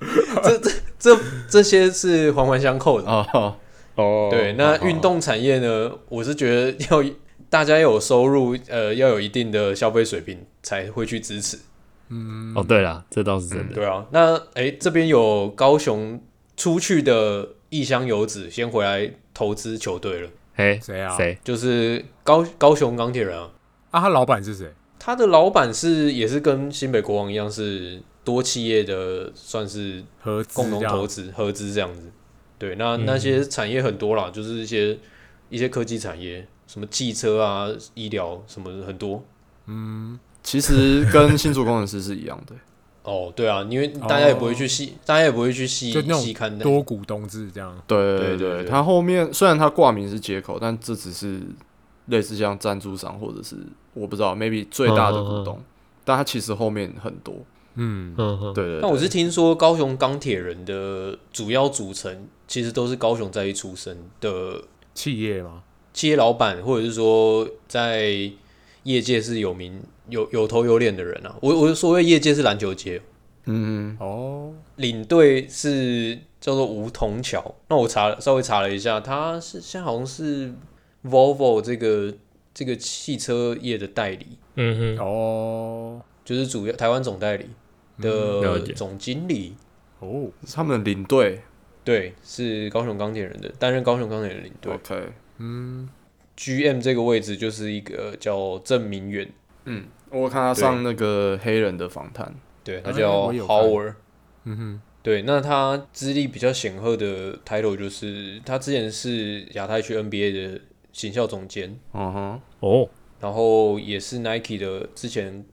A: 这这些是环环相扣的。
B: 哦，
C: 哦
A: 对，那运动产业呢，我是觉得要大家要有收入，呃，要有一定的消费水平才会去支持。
D: 嗯，
C: 哦，对啦，这倒是真的。
A: 对啊，那诶、这边有高雄出去的异乡游子先回来投资球队了，
C: 哎，
D: 谁啊？
C: 谁？
A: 就是高高雄钢铁人啊，
D: 啊，他老板是谁？
A: 他的老板是也是跟新北国王一样是多企业的，算是
D: 合资
A: 共同
D: 这样
A: 投资合资这样子。对，那
C: 嗯
A: 那些产业很多啦，就是一些一些科技产业，什么汽车啊、医疗什么的很多。
D: 嗯，
B: 其实跟新竹工程师是一样 的。
A: 哦，对啊，因为大家也不会去细，大家也不会去细
D: 就那种
A: 细看的。
D: 多股东制这样。
B: 对
A: 对
B: 对
A: 对
B: 对，
A: 对
B: 它后面虽然它挂名是接口，但这只是类似像赞助商或者是我不知道，maybe 最大的股东，但它其实后面很多。
D: 嗯，
C: 嗯哼，
B: 对对
A: 但
B: 对，
A: 我是听说高雄钢铁人的主要组成其实都是高雄在地出身的
D: 企业嘛，
A: 企业老板，或者是说在业界是有名、有有头有脸的人啊。我我所谓业界是篮球界，
B: 嗯，
D: 哦，
A: 领队是叫做吴桐桥。那我查了稍微查了一下，他是现在好像是 Volvo 这个这个汽车业的代理，
C: 嗯哼，
D: 哦，
A: 就是主要台湾总代理的
C: 嗯了解
A: 总经理。
D: 哦，
B: 他们的领队
A: 对，是高雄钢铁人的担任高雄钢铁人的领
C: 哦
A: 队。
B: ，OK，
D: 嗯，
A: GM 这个位置就是一个呃叫郑明远，
B: 嗯，我看他上那个黑人的访谈，
A: 对他
D: 哎
A: 叫
D: 我有看
A: Howard。
D: 嗯哼，
A: 对，那他资历比较显赫的 title 就是他之前是亚太区 NBA 的行销总监，
B: 嗯哼，
C: 哦，
A: 然后也是 Nike 的之前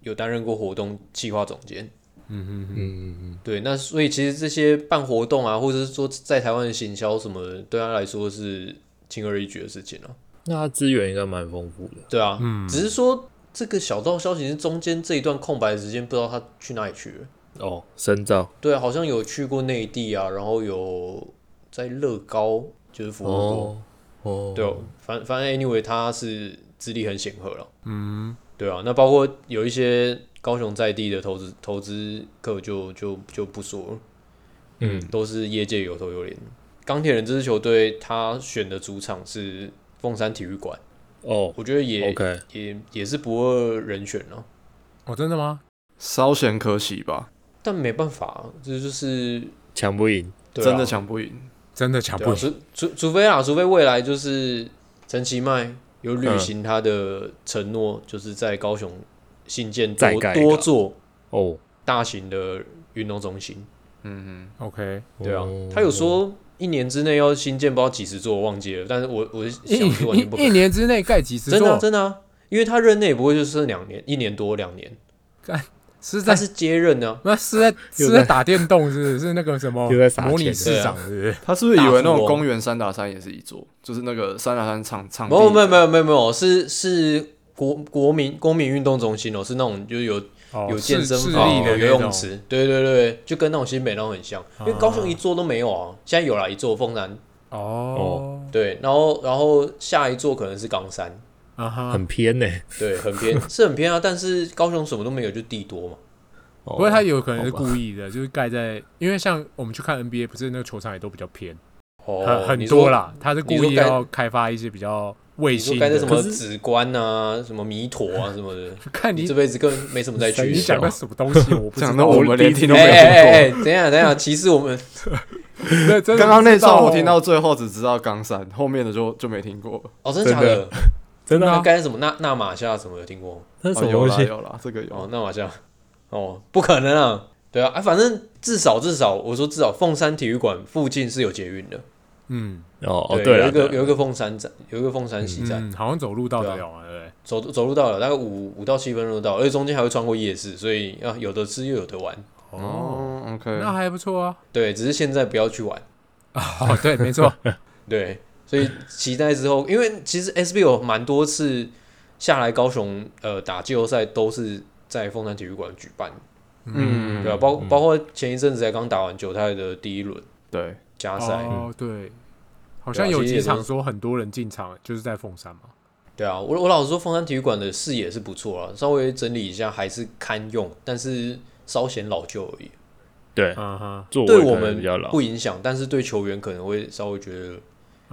A: 有担任过活动计划总监。
D: 嗯哼哼，
C: 嗯嗯
A: 对，那所以其实这些办活动啊，或者是说在台湾的行销什么的，对他来说是轻而易举的事情啊。
C: 嗯，那他资源应该蛮丰富的。
A: 对啊，
D: 嗯
A: 只是说这个小道消息是中间这一段空白的时间，不知道他去哪里去了。
C: 哦，深造
A: 对啊，好像有去过内地啊，然后有在乐高就是服务过。
C: 哦哦，
A: 对、哦，反反正 anyway 他是资历很显赫了。
D: 嗯，
A: 对啊，那包括有一些高雄在地的投资投资客就就就不说了，
C: 嗯，
A: 都是业界有头有脸。钢铁人这支球队，他选的主场是凤山体育馆，
C: 哦
A: 我觉得也
C: ，OK，
A: 也也是不二人选啊了、
D: 哦，真的吗？
B: 稍显可惜吧，
A: 但没办法啊，这就是、
C: 抢不赢，
A: 对啊
B: 真的抢不赢。
D: 真的抢
A: 对啊
D: 不
A: 除除除非啊，除非未来就是陈其迈有
D: 嗯
A: 履行他的承诺，就是在高雄新建
C: 再
A: 多
C: 盖一个
A: 多座
C: 哦，
A: 大型的运动中心。
B: 嗯
D: OK，
A: 对啊
C: 哦，
A: 他有说一年之内要新建，不知道几十座，我忘记了。但是我我
D: 一
A: 想是完全不可
D: 一一
A: 能，
D: 年之内盖几哦十
A: 真的啊
D: 座，
A: 真的啊，因为他任内也不会就剩两年，一年多两年，
D: 是在
A: 他是接任呢、
D: 那 是在是在打电动，是不是是那个什么
C: 又在撒钱
D: 模拟市长，是不是
A: 啊
B: 哼，？他是不是以为那
A: 大
B: 种
A: 富翁
B: 公园三打三也是一座，就是那个三打三场场
A: 没哦有没有
B: 地？
A: 没有没有没有，是是国国民公民运动中心哦，是那种就是有
D: 哦
A: 有健身
D: 势势
A: 房、哦
D: 力
A: 有
D: 的
A: 游
D: 那
A: 泳
D: 种，
A: 池，对对对，就跟那种新北那种很像，因为高雄一座都没有啊，现在有了一座凤山，
D: 哦，
A: 对，然后然后下一座可能是冈山，
D: 啊哈，
C: 很偏呢。
A: 对，很偏是很偏啊，但是高雄什么都没有，就地多嘛，
C: 哦不
D: 不过他有可能是故意的，就是盖在，因为像我们去看 NBA，不是那个球场也都比较偏，
A: 哦
D: 很，很
A: 你说
D: 多，啦，他是故意
A: 你说盖
D: 要开发一些比较卫
A: 你说
D: 星
A: 该
D: 的
A: 在什么紫观啊、什么弥陀啊什么的，
D: 看
A: 你
D: 你
A: 这辈子根本没什么在
C: 三
A: 去
D: 你
A: 的。
D: 讲的什么东西，我不知
B: 讲
D: 道
B: 到。我们连听都没
A: 哎
B: 有
A: 哎哎
B: 听
A: 哎，等一下等一下，其实我们
D: 对
B: 过。
D: 真的不知道哦
B: 刚刚那段我听到最后只知道冈山，后面的就就没听过了。
A: 哦，真的假
C: 真
A: 的？
C: 真的
A: 那
C: 啊，
A: 该什么纳纳马夏什么有听过吗？
C: 那
B: 哦
C: 什么
B: 有
C: 东
B: 啦
C: 西？
B: 有啦，这个有。
A: 哦，那好像哦，不可能啊，对啊，啊，反正至少至少，我说至少凤山体育馆附近是有捷运的，
D: 嗯
C: 哦哦，
A: 对，
C: 对
A: 有
C: 了，
A: 一个
C: 对
A: 有
C: 啦
A: 一个凤山站，有一个凤山西站，
D: 嗯，好像走路到得了啊，对不对？
A: 走走路到了，大概五五到七分钟就到，而且中间还会穿过夜市，所以啊，有的吃又有的玩，
D: 哦，
B: 哦，OK，
D: 那还不错啊。
A: 对，只是现在不要去玩，啊
D: 哦，对， 没错，
A: 对，所以期待之后，因为其实 SB 有蛮多次下来高雄呃打季后赛都是在凤山体育馆举办，
B: 嗯
A: 对吧、包包括前一阵子才刚打完九泰的第一轮
B: 对，
A: 加赛，
D: 哦，对，好
A: 对
D: 像
A: 啊
D: 有
A: 其实
D: 几
A: 也都
D: 场
A: 是
D: 说很多人进场，就是在凤山嘛。
A: 对啊，我我老实说，凤山体育馆的视野是不错啊了，稍微整理一下还是堪用，但是稍显老旧而已。
C: 对，
D: 嗯哼，
C: 座
A: 对
C: 位
A: 我
C: 可能
A: 们
C: 比较老
A: 不，影响，但是对球员可能会稍微觉得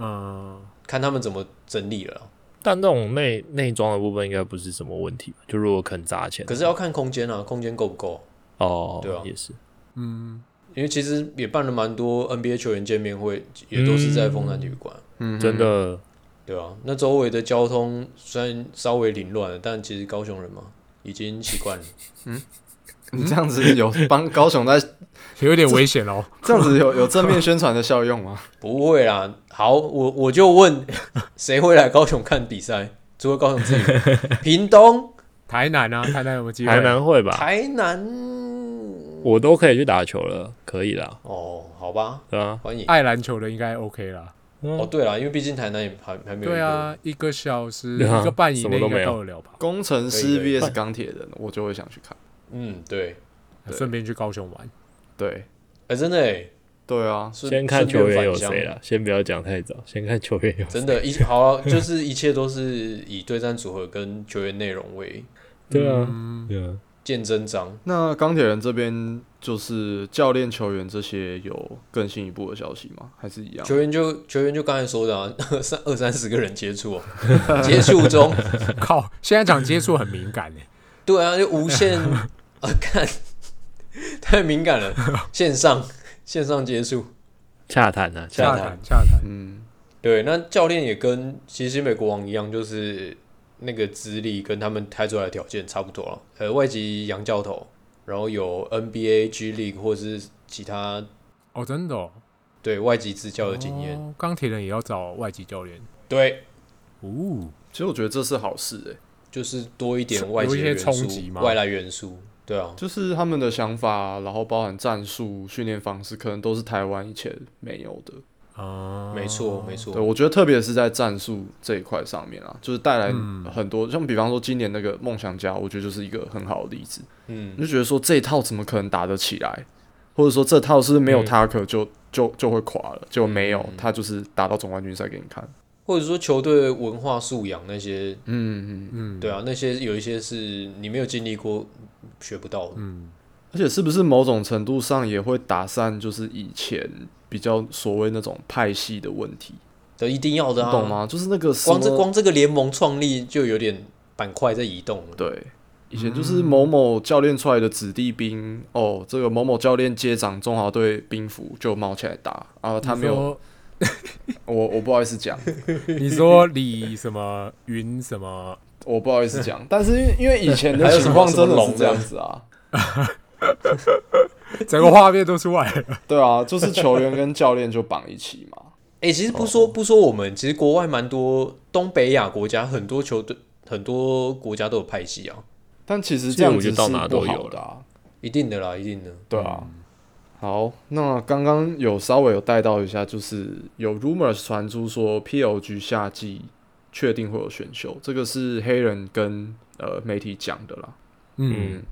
D: 嗯，
A: 看他们怎么整理了啦。啊
C: 但那种内内装的部分应该不是什么问题吧，就如果肯砸钱的话，
A: 可是要看空间啊，空间够不够？
C: 哦，
A: 对啊
C: 也是，
A: 因为其实也办了蛮多 NBA 球员见面会，也都是在凤山体育馆，
B: 嗯
C: 真的
A: 对啊，那周围的交通虽然稍微凌乱了，但其实高雄人嘛已经习惯了。
B: 你这样子有帮高雄在
D: 有点危险哦。
B: 这样子有有正面宣传的效用吗？
A: 不会啦，好，我我就问， 谁会来高雄看比赛？除了高雄自己， 屏东、
D: 台南啊，台南有没有机会？
C: 台南会吧，
A: 台南，
C: 我都可以去打球了，可以啦，
A: 哦，好吧，
C: 对啊，
A: 欢迎。
D: 爱篮球的应该 OK 啦。
A: 哦，对啦，因为毕竟台南也还还没有一
D: 对
A: 个
D: 啊，一个小时
C: 对啊
D: 一个半以
C: 什
D: 内
C: 么都
D: 应该
C: 没有
D: 到得了吧？
B: 工程
A: 对
B: 师
A: 对
B: VS 钢铁人，我就会想去看。
A: 嗯，对，
B: 对
D: 顺便去高雄玩。
B: 对
A: 哎、真的哎，
B: 对啊，
A: 顺
C: 先看球员有？谁
A: 顺便返乡
C: 啦，先不要讲太早，先看球员有谁，
A: 真的，一好啊、就是一切都是以对战组合跟球员内容为
C: 对啊，
D: 嗯，
C: 对啊，
A: 见真章。
B: 那钢铁人这边就是教练、球员这些有更新一步的消息吗？还是一样？
A: 球员就球员就刚才说的啊， 三二三十个人接触、 哦，接触中，
D: 靠，现在讲接触很敏感欸诶。
A: 对啊，就无限 啊，看太敏感了，线上线上接触。
C: 洽谈啊，洽
A: 洽
D: 洽
A: 谈
D: 谈洽谈，
B: 嗯，
A: 对，那教练也跟其实美国王一样，就是那个资历跟他们开出来的条件差不多了。呃，外籍洋教头，然后有 NBA、G League 或是其他
D: 哦，真的哦，
A: 对外籍支教的经验。
D: 哦钢铁人也要找外籍教练。
A: 对，
D: 哦，
B: 其实我觉得这是好事欸诶、
A: 就是多一点外
D: 有一
A: 籍的
D: 些
A: 元
D: 冲击
A: 素、
D: 吗
A: 外来元素。对啊，
B: 就是他们的想法，然后包含战术、训练方式，可能都是台湾以前没有的。
D: 啊，
A: 没错，没
B: 对，
A: 错。
B: 我觉得特别是在战术这一块上面啊，就是带来
A: 嗯
B: 很多，像比方说今年那个梦想家，我觉得就是一个很好的例子。
A: 嗯，
B: 你就觉得说这一套怎么可能打得起来，或者说这套是不是没有
C: 嗯
B: 他可就、就就会垮了，就没有
A: 嗯
B: 他就是打到总冠军赛给你看。
A: 或者说球队文化素养那些，
B: 嗯嗯，
D: 嗯，
A: 对啊，那些有一些是你没有经历过，学不到的。
D: 嗯，
B: 而且是不是某种程度上也会打散就是以前比较所谓那种派系的问题，
A: 对，一定要的
B: 你
A: 啊。
B: 懂吗？就是那个什
A: 光这
B: 么
A: 光这个联盟创立就有点板块在移动了。
B: 对。以前就是某某教练出来的子弟兵、哦，这个某某教练接掌中华队兵符就冒起来打啊，他没有，我我不好意思讲，
D: 你说。 你说李什么云什么？
B: 我不好意思讲，但是因为因为以前的
A: 还有什
B: 情
A: 么
B: 况
A: 什么
B: 真的
A: 龙
B: 是
A: 的
B: 这样子啊，
D: 整个画面都出来了。
B: 对啊，就是球员跟教练就绑一起嘛。
A: 哎、其实不
B: 哦
A: 说不说我们，其实国外蛮多东北亚国家很多球队，很多国家都有派系啊，
B: 但其实这样子
C: 其
B: 是
C: 实我觉得到哪
B: 不
C: 都有
B: 好的、啊，
A: 一定的啦，一定的。
B: 对啊。好，那刚刚有稍微有带到一下，就是有 rumors 传出说 PLG 夏季确定会有选秀，这个是黑人跟呃媒体讲的啦。
D: 嗯，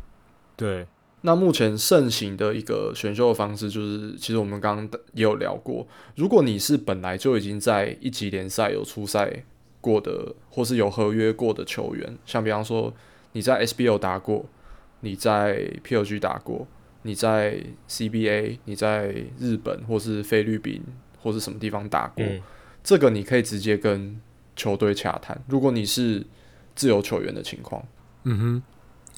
D: 对，
B: 那目前盛行的一个选秀的方式，就是其实我们刚刚也有聊过，如果你是本来就已经在一级联赛有出赛过的，或是有合约过的球员，像比方说你在 SBO 打过，你在 PLG 打过，你在 CBA，你在日本或是菲律宾或是什么地方打过，
C: 嗯，
B: 这个你可以直接跟球队洽谈。如果你是自由球员的情况。
D: 嗯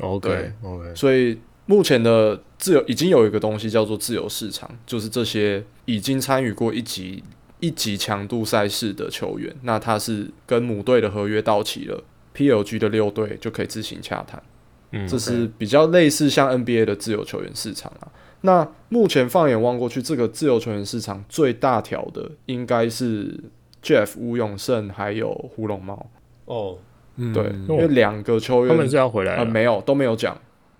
C: OK OK，
B: 所以目前的自由已经有一个东西叫做自由市场，就是这些已经参与过一级一级强度赛事的球员，那他是跟母队的合约到期了，PLG 的六队就可以自行洽谈，
C: 嗯
B: 这是比较类似像 NBA 的自由球员市场啊。那目前放眼望过去，这个自由球员市场最大条的应该是 Jeff 吴永胜还有胡龙猫，
A: 哦，
D: 哼，
B: 对，
D: 嗯
B: 因为两个球
C: 他们
B: 员
C: 是要回来
B: 呃
C: 了，
B: 没有都没有讲，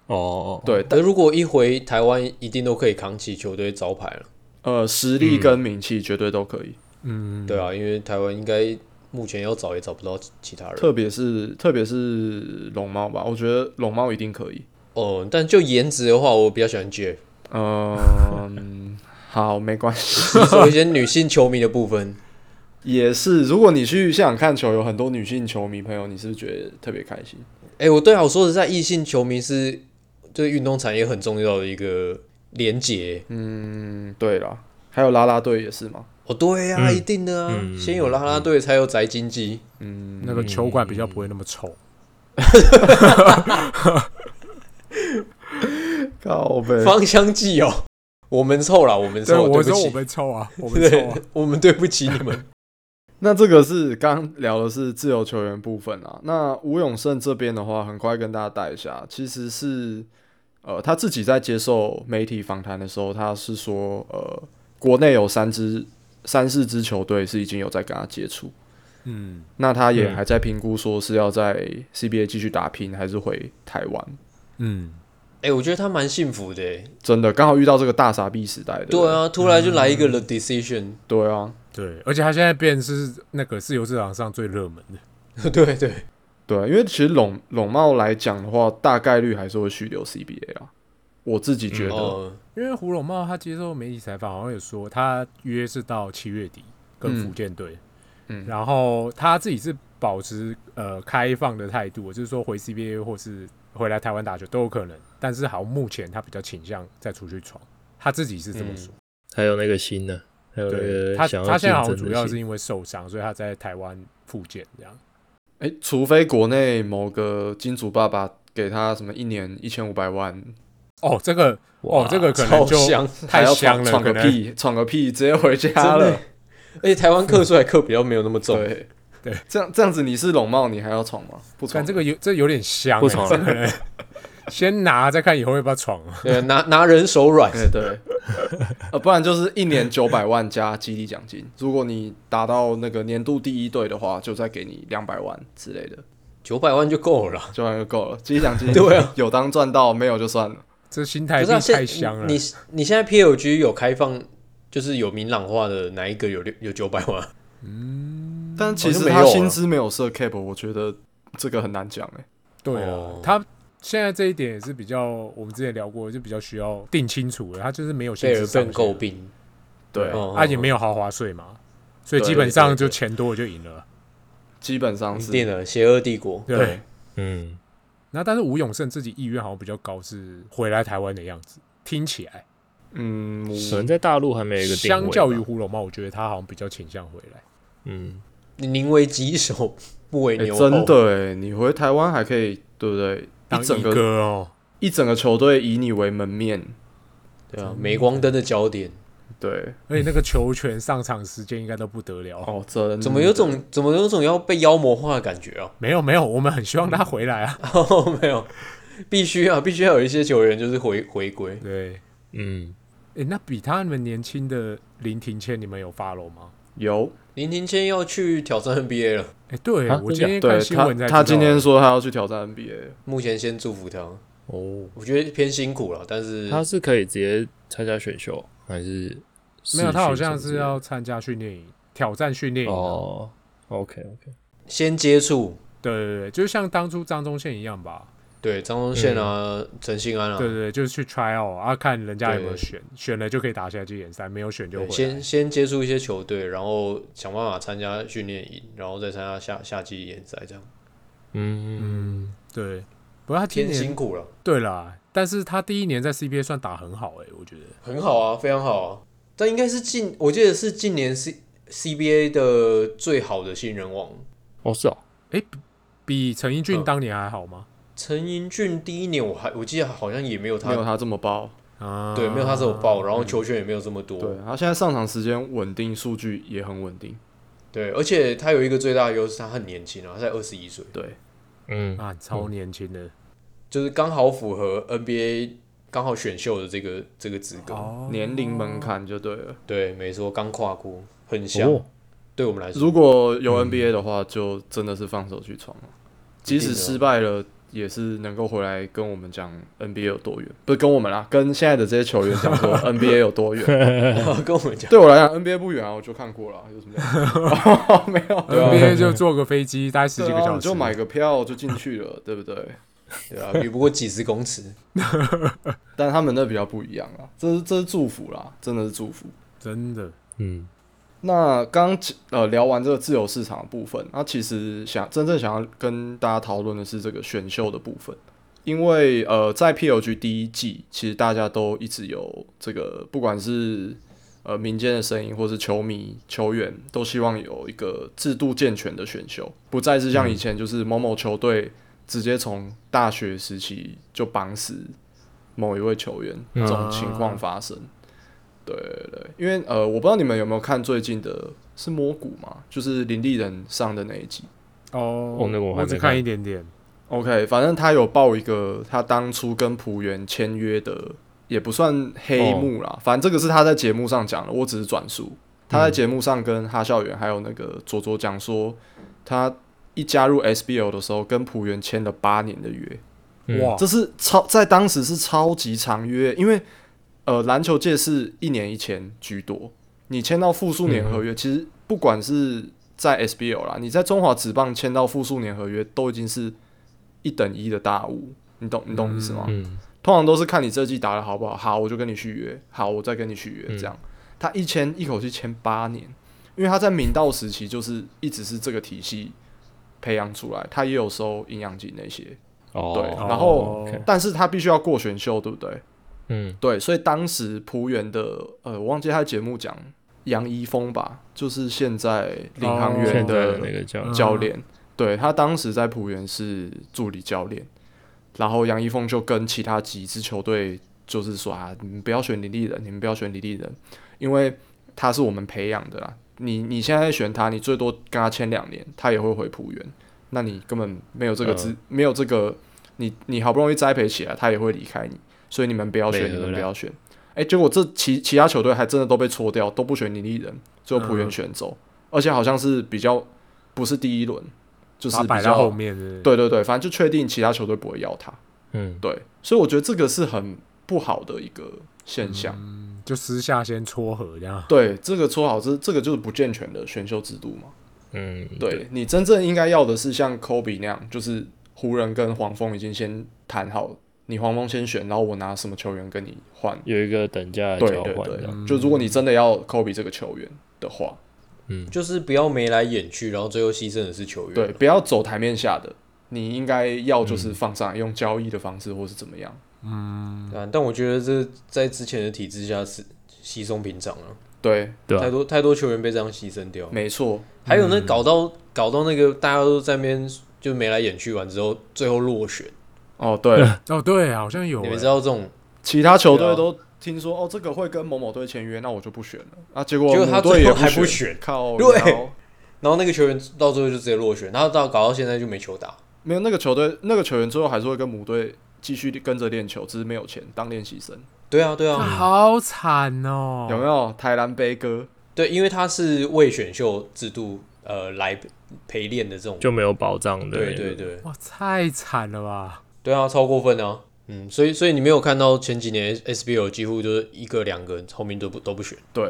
C: 哦哦，哦，
B: 对，
A: 但如果一回台湾，一定都可以扛起球队招牌了。
B: 呃，实力跟名气绝对都可以。
D: 嗯，
A: 对啊，因为台湾应该目前要找也找不到其他人。
B: 特别是特别是龙猫吧，我觉得龙猫一定可以。
A: 哦，但就颜值的话，我比较喜欢 Jeff。
B: 嗯， 好，没关 系。
A: 有一些女性球迷的部分，
B: 也是，如果你去现场看球，有很多女性球迷朋友，你是不是觉得特别开心？
A: 哎、我对啊，我说实在，异性球迷是就是运动产业很重要的一个连结。
B: 嗯，对啦，还有啦啦队也是嘛。
A: 哦，对呀、啊，
C: 嗯
A: 一定的啊，
C: 嗯
A: 先有啦啦队，才有宅经济。
B: 嗯，
D: 那个球馆比较不会那么臭。
B: 靠背。
A: 芳香剂哦，我们臭了，我们
D: 嗯对，
A: 臭，
D: 我
A: 对不
D: 说
A: 起，
D: 我们臭啊，我们臭
A: 对
D: 啊。，
A: 我们对不起你 们。
B: 那这个是刚聊的是自由球员部分啊。那吴永胜这边的话，很快跟大家带一下，其实是呃他自己在接受媒体访谈的时候，他是说呃国内有三支三四支球队是已经有在跟他接触，
D: 嗯，
B: 那他也
C: 嗯
B: 还在评估说是要在 CBA 继续打拼，还是回台湾。
D: 嗯，
A: 哎、我觉得他蛮幸福的欸。
B: 真的刚好遇到这个大傻逼时代的，不
A: 对，啊，突然就来
D: 嗯
A: 一个 The Decision，
B: 对啊，
D: 对，而且他现在变成是那个自由市场上最热门的。
A: 对对，
B: 对啊，因为其实拢拢茂来讲的话，大概率还是会续留 CBA 啊。我自己觉得，
A: 哦，
D: 因为胡龙茂他接受媒体采访，好像有说他约是到七月底跟
B: 嗯
D: 福建队，
B: 嗯
D: 然后他自己是保持呃开放的态度，就是说回 CBA 或是回来台湾打球都有可能，但是好像目前他比较倾向再出去闯，他自己是
A: 嗯
D: 这么说。
C: 还有那个新的，还有那
D: 对
C: 个
D: 他，
C: 想
D: 他
C: 要
D: 现在好
C: 竞
D: 像
C: 争
D: 主
C: 的
D: 要是
C: 新，
D: 因为受伤，所以他在台湾复健这样。
B: 哎、除非国内某个金主爸爸给他什么一年一千五百万，
D: 哦，这个哦
C: 哇，
D: 这个可能
A: 嗯超
D: 就
A: 香，
B: 还
D: 太
B: 要闯
D: 香了，
B: 闯
D: 可
B: 个
D: 能
B: 屁，闯个屁，直接回家
A: 真的
B: 了
A: 欸。。而且台湾克出来克比较没有那么重，
B: 对
D: 对，
B: 这样这样子你是龙茂，你还要闯吗？不
D: 看
B: 闯，
D: 这个有这有点香、欸，
C: 不闯了
D: 这可能 先拿再看以后要不要闯。
A: 对，拿拿人手软。
B: 哎对，呃，不然就是一年九百万加激励奖金，如果你达到那个年度第一队的话，就再给你两百万之类的，
A: 九百万就够了啦。
B: 九百万就够了。激励奖金
A: 对啊，
B: 有当赚到，没有就算了。
D: 这心
A: 可
D: 态
A: 是
D: 是
A: 啊
D: 太
A: 现
D: 香了。
A: 你你现在 PLG 有开放，就是有明朗化的哪一个有六有九百万？
B: 但其
A: 好
B: 实
A: 像没
B: 他
A: 有啊
B: 薪资没有设 cap，我觉得这个很难讲哎、
D: 对啊，
A: 哦
D: 他现在这一点也是比较，我们之前聊过，就比较需要定清楚了。他就是没有薪
A: 贝
D: 资
A: 尔
D: 上
A: 笨
D: 限
A: 诟，病，
B: 对啊
A: 哦哦
D: 他也没有豪华税嘛，所以
B: 对
D: 基本上
A: 对对
D: 就
A: 对
D: 钱多了就赢了。
B: 基本上
A: 一
B: 是
A: 定的哦邪恶帝国。
D: 对。
B: 对
C: 嗯，
D: 然后但是吴永胜自己意愿好像比较高，是回来台湾的样子，听起来。
B: 嗯，
C: 可能在大陆还没有一个定位吧
D: 相较于胡龙茂，我觉得他好像比较倾向回来。
C: 嗯，
A: 宁为鸡首，不为
B: 欸
A: 牛后。
B: 真的哎，你回台湾还可以，对不对？
D: 当
B: 一整
D: 一
B: 个
D: 哥哦，
B: 一整个球队以你为门面，
A: 对啊，镁光灯的焦点，
B: 对，
D: 而且那个球权上场时间应该都不得了。
B: 哦，真
D: 嗯
B: 的
A: 怎么有种怎么有种要被妖魔化的感觉啊？
D: 没有没有，我们很希望他回来啊。
A: 哦，没有，必须啊，必须要有一些球员就是回回归。
D: 对，
C: 嗯，
D: 诶，那比他们年轻的林庭谦，你们有 follow 吗？
B: 有？
A: 林庭谦要去挑战 NBA 了，
D: 诶，哎对、
C: 啊
D: 我
C: 真
D: 今天
B: 对
D: 看新闻
B: 他，
D: 才知道欸
B: 他今天说他要去挑战 NBA，
A: 目前先祝福他，
C: 哦，
A: 我觉得偏辛苦了，但是
C: 他是可以直接参加选秀还是试训什么之类
D: 没
C: 的？
D: 有，他好像是要参加训练营，挑战训练营啊。
C: 哦，OK OK，
A: 先接触。
D: 对对对，就像当初张宗宪一样吧。
A: 对张宗宪啊，陈信安
D: 嗯
A: 啊，
D: 对对对，就是去 try out 啊，看人家有没有
A: 对
D: 选，选了就可以打下季联赛，没有选就
A: 对，
D: 回来
A: 先。先接触一些球队，然后想办法参加训练营，然后再参加下下季联赛，这样
C: 嗯，
D: 嗯，对。不过他今
A: 偏
D: 年
A: 辛苦了，
D: 对啦，但是他第一年在 CBA 算打很好诶、欸我觉得。
A: 很好啊，非常好啊。但应该是近，我记得是近年 C CBA 的最好的新人王。
C: 哦是哦，
D: 比陈奕迅
A: 嗯
D: 当年还好吗？
A: 陈英俊第一年我还我记得好像也没有他，
B: 没有他这么爆，
D: 啊，嗯
A: 对，没有他这么爆，然后球权也没有这么多，
B: 对他现在上场时间稳定，数据也很稳定，
A: 对，而且他有一个最大的优势，他很年轻啊，他才二十一岁，
B: 对，
C: 嗯，
D: 啊，超年轻的
A: 就是刚好符合 NBA 刚好选秀的这个这个资格，
D: 哦
B: 年龄门槛就对了。
A: 对，没错，刚跨过，很像，
C: 哦，
A: 对我们来
D: 嗯
A: 说，
B: 如果有 NBA 的话，就真的是放手去闯了，即
A: 一
B: 使
A: 定的啊
B: 失败了，也是能够回来跟我们讲 NBA 有多远，不是跟我们啦，跟现在的这些球员讲 说 NBA 有多远。
A: 跟我们讲，
B: 对我来讲，NBA 不远啊，我就看过了，有什么 了解？没有，
A: 对啊
D: NBA 就坐个飞机待 十几
B: 对
D: 个
B: 啊
D: 小时，
B: 你就买个票就进去了，对不对？
A: 对 啊，比不过几十公尺，
B: 但他们那比较不一样啊，这是这是祝福啦，真的是祝福。
D: 真的
C: 嗯，
B: 那刚呃聊完这个自由市场的部分，那其实想真正想要跟大家讨论的是这个选秀的部分，因为呃在 PLG 第一季，其实大家都一直有这个，不管是呃民间的声音，或是球迷、球员，都希望有一个制度健全的选秀，不再是像以前就是某某球队直接从大学时期就绑死某一位球员这种情况发生。对对对，因为呃，我不知道你们有没有看最近的是摸骨嘛，就是林立人上的那一集。
D: 哦
C: 哦那个我还
D: 只
C: 没看
D: 看一点点，
B: OK，反正他有报一个他当初跟浦原签约的，也不算黑幕啦。反正这个是他在节目上讲的，我只是转述。他在节目上跟哈校园还有那个佐佐讲说，他一加入 SBL 的时候，跟浦原签了八年的约。
C: 嗯
D: 哇，
B: 这是超在当时是超级长约，因为呃篮球界是一年一签居多，你签到复数年合
C: 嗯
B: 约，其实不管是在 SBL 啦，你在中华职棒签到复数年合约，都已经是一等一的大物，你懂你懂意思吗？
C: 嗯
B: 通常都是看你这季打的好不好，好我就跟你续约，好我再跟你续约，
C: 嗯
B: 这样。他一签一口气签八年，因为他在明道时期就是一直是这个体系培养出来，他也有收营养金那些，
C: 哦，
B: 对
D: 哦
B: 然后但是他必须要过选秀，对不对？
C: 嗯
B: 对，所以当时浦原的呃，我忘记他的节目讲杨一峰吧，就是现在领航
D: 哦
B: 员
C: 现在
B: 的
C: 的那个叫
D: 嗯
B: 教练，对他当时在浦原是助理教练，然后杨一峰就跟其他几支球队就是说啊，你们不要选李立人，你们不要选李立人，因为他是我们培养的啦，你你现在选他，你最多跟他签两年，他也会回浦原，那你根本没有这个资，
C: 嗯
B: 没有这个，你你好不容易栽培起来，他也会离开你，所以你们不要
C: 美
B: 选，
C: 和
B: 你们
C: 啦
B: 不要选。哎、结果这其其他球队还真的都被搓掉，都不选李立人，最后浦原
D: 嗯
B: 选走，而且好像是比较不是第一轮，就是
D: 把它摆
B: 比
D: 到
B: 较
D: 后面的，
B: 对对对，反正就确定其他球队不会要他。
C: 嗯，
B: 对，所以我觉得这个是很不好的一个现象。
D: 嗯就私下先撮合这样，
B: 对，这个说好是这个就是不健全的选秀制度嘛。
C: 嗯，
B: 对你真正应该要的是像 Kobe 那样，就是湖人跟黄蜂已经先谈好，你黄蜂先选，然后我拿什么球员跟你换。
C: 有一个等价
B: 对
C: 交
B: 对
C: 换
B: 对
C: 的，，
B: 就如果你真的要 Kobe 这个球员的话，
C: 嗯，
A: 就是不要眉来眼去，然后最后牺牲的是球员。
B: 对，，不要走台面下的，你应该要就是放上来，用交易的方式或是怎么样。
A: 啊，但我觉得这在之前的体制下是稀松平常啊，
B: 对，
C: 对
A: 太
C: 啊，嗯
A: 多太多球员被这样牺牲掉。
B: 没错，
A: 还有那搞到搞到那个大家都在那边就眉来眼去完之后，最后落选，
B: 哦对，
D: 哦对，好像有
A: 你
D: 欸，
A: 们知道这种，
B: 其他球
A: 对啊
B: 队都听说哦，这个会跟某某队签约，那我就不选了。啊，结果
A: 结果
B: 母
A: 他
B: 队
A: 最
B: 也
A: 后还不
B: 选
A: 选，
B: 靠
A: 对
B: 腰
A: 然后那个球员到最后就直接落选，然后到搞到现在就没球打。
B: 没有那个球队，那个球员最后还是会跟母队继续跟着练球，只是没有钱当练习生，
A: 对啊，对
D: 啊
A: 啊，
D: 好惨哦，
B: 有没有？台南悲歌，
A: 对，因为他是为选秀制度呃来陪练的这种，
C: 就没有保障的，
A: 对对，对
D: 哇，太惨了吧！
A: 对啊，超过分啊。嗯，所以所以你没有看到前几年 SBL 几乎就是一个两个后面都不都不选，
B: 对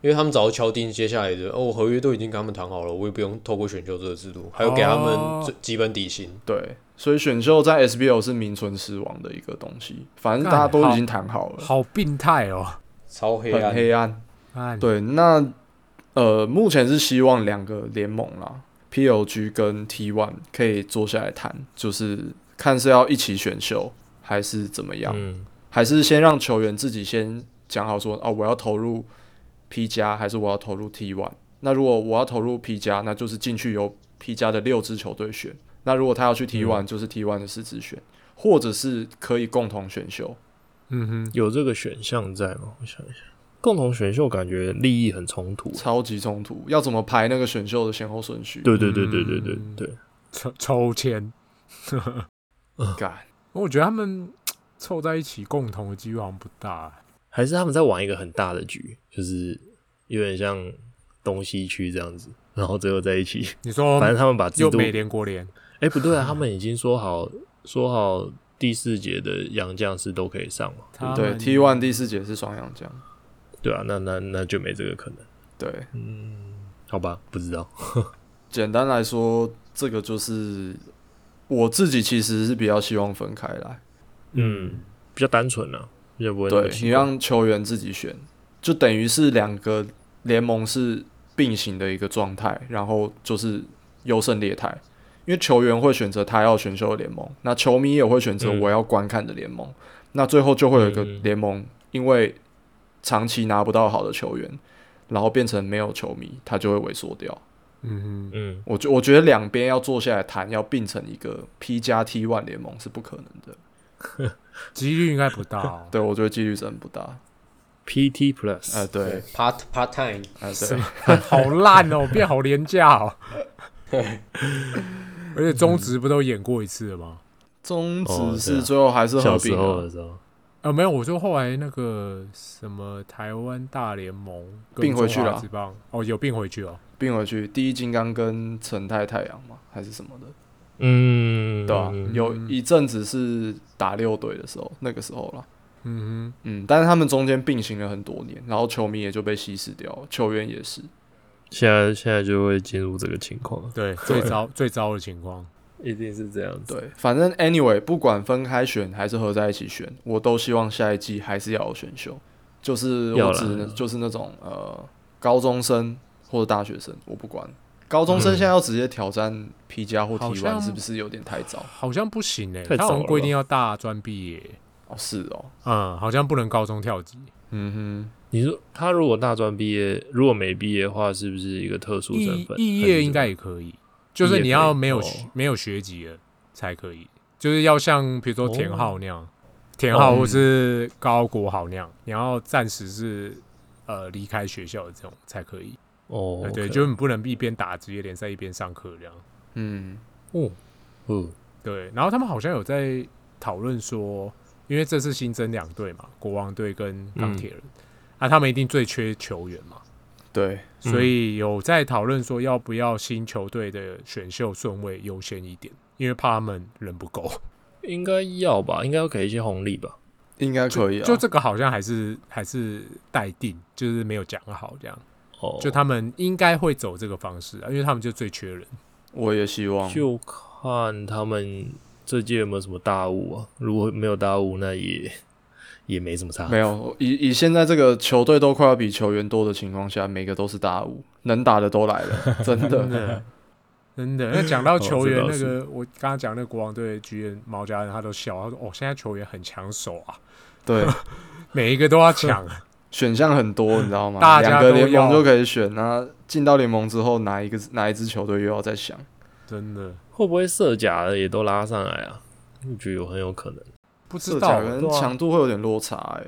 A: 因为他们早就敲定接下来的哦，我合约都已经跟他们谈好了，我也不用透过选秀这个制度，还有给他们
D: 哦
A: 最基本底薪。
B: 对，所以选秀在 SBL 是名存实亡的一个东西，反正
D: 干
B: 大家都已
D: 好
B: 经谈好了，
D: 好病态哦！
A: 超黑
B: 很
A: 暗，
B: 黑暗。
D: 啊，
B: 对，那呃，目前是希望两个联盟啦，PLG 跟 T One 可以坐下来谈，就是看是要一起选秀还是怎么样，
C: 嗯，
B: 还是先让球员自己先讲好说，哦，我要投入 P 加，还是我要投入 T One。那如果我要投入 P 加，那就是进去由 P 加的六支球队选。那如果他要去
C: 嗯
B: T One，、就是 T One 的四支选，或者是可以共同选秀。
D: 嗯哼，
C: 有这个选项在吗？我想一下，共同选秀感觉利益很冲突，
B: 超级冲突，要怎么排那个选秀的先后顺序？
C: 对对对对对对
D: 嗯
C: 对，
D: 抽抽签，
B: 干，
D: 我觉得他们凑在一起共同的机会好像不大。啊
C: 还是他们在玩一个很大的局，就是有点像东西区这样子，然后最后在一起。
D: 你说
C: 反正他们把制
D: 又
C: 度，
D: 美
C: 哎、
D: 联国联
C: 不对啊，他们已经说好说好第四节的洋将是都可以上嘛，
D: 他
B: 对
D: 们
B: ，T one 第四节是双阳将，
C: 对啊，那那那就没这个可能，
B: 对，
C: 好吧，不知道，
B: 简单来说，这个就是我自己其实是比较希望分开来，
C: 嗯，比较单纯啊，比较不会那么
B: 对
C: 奇
B: 你
C: 怪
B: 让球员自己选，就等于是两个联盟是并行的一个状态，然后就是优胜劣汰，因为球员会选择他要选秀的联盟，那球迷也会选择
C: 嗯
B: 我要观看的联盟，那最后就会有一个
C: 嗯嗯
B: 联盟因为长期拿不到好的球员，然后变成没有球迷，他就会萎缩掉。
D: 嗯哼，
C: 嗯，
B: 我觉我觉得两边要坐下来谈，要并成一个 P 加 T one 联盟是不可能的。。
D: 几率应该不大、哦
B: 对，我觉得几率真的不大。啊、
C: PT Plus，、
B: 对，
A: ，part part time，
B: 啊、
D: 什
B: 对，
D: 么好烂哦，变好廉价哦。而且中职不都演过一次了吗？
B: 中
C: 哦
B: 职
C: 对
B: 是
C: 啊
B: 最后还是合
C: 小时
B: 并
C: 候
B: 了，
C: 的时候，
D: 呃，没有，我说后来那个什么台湾大联盟跟
B: 并回去
D: 中华
B: 了
D: 职棒哦，有并回去哦。
B: 并回去第一金刚跟陈太太阳嘛，还是什么的，
C: 嗯，
B: 对吧、
C: 嗯
B: 有一阵子是打六队的时候，那个时候啦。
D: 嗯
B: 嗯，但是他们中间并行了很多年，然后球迷也就被稀释掉了，球员也是。
C: 现在现在就会进入这个情况
D: 哼，，对，最糟最糟的情况，
C: 一定是这样子，
B: 对，反正 anyway，不管分开选还是合在一起选，我都希望下一季还是要有选秀，就是
C: 要
B: 我
C: 啦
B: 只
C: 要
B: 能
C: 啦
B: 就是那种呃高中生或者大学生，我不管。高中生现在要直接挑战 P 加或 T
D: 好
B: one
D: 像
B: 是不是有点太早？
D: 好像不行哎、
C: 太
D: 他好
C: 糟
D: 像
C: 了
D: 规
C: 吧
D: 定要大专毕业，
B: 哦，是哦，
D: 嗯，好像不能高中跳级，
B: 嗯
C: 你说他如果大专毕业，如果没毕业的话，是不是一个特殊身
D: 肄
C: 份？
D: 肄
C: 还
D: 业
C: 是
D: 应该也可以，就是你要没有学
C: 哦
D: 没有学籍了才可以，就是要像比如说田
C: 哦
D: 浩那样，田浩
B: 哦
D: 或是高国豪那样，你要暂时是呃离开学校的这种才可以。
C: 哦
D: 呃，对，
C: OK
D: 就是你不能一边打职业联赛一边上课这样。
B: 哼，嗯，
C: 哦，嗯
D: 对，然后他们好像有在讨论说，因为这次新增两队嘛，国王队跟钢铁人，啊，他们一定最缺球员嘛，
B: 对，
C: 嗯
D: 所以有在讨论说要不要新球队的选秀顺位优先一点，因为怕他们人不够。
C: 应该要吧，应该要给一些红利吧。
B: 应该可以啊。
D: 就这个好像还是还是待定，就是没有讲好这样。
C: 哦，
D: 就他们应该会走这个方式啊，因为他们就最缺人。
B: 我也希望，
C: 就看他们这届有没有什么大雾啊。如果没有大雾，那也也没什么差。
B: 没
C: 有，
B: 有以以现在这个球队都快要比球员多的情况下，每个都是大五，能打的都来了， 真
D: 真
B: 的。
D: 的， 真的。那讲到球员
C: 哦
D: 那
C: 这倒
D: 个，我刚刚讲那个国王队的局员毛家人，他都笑，他说：“哦，现在球员很抢手啊，
B: 对，
D: 每一个都 要抢。
B: 选项很多，你知道吗？
D: 嗯大家
B: 两个
D: 都
B: 联
D: 要
B: 盟就可以选。那进到联盟之后，哪一个哪一支球队又要再想？”
D: 真的
C: 会不会射甲的也都拉上来啊？我觉得有很有可能。
D: 不知
B: 这
D: 道
B: 甲
D: 欸，
B: 跟
D: 对啊
B: 强度会有点落差哎、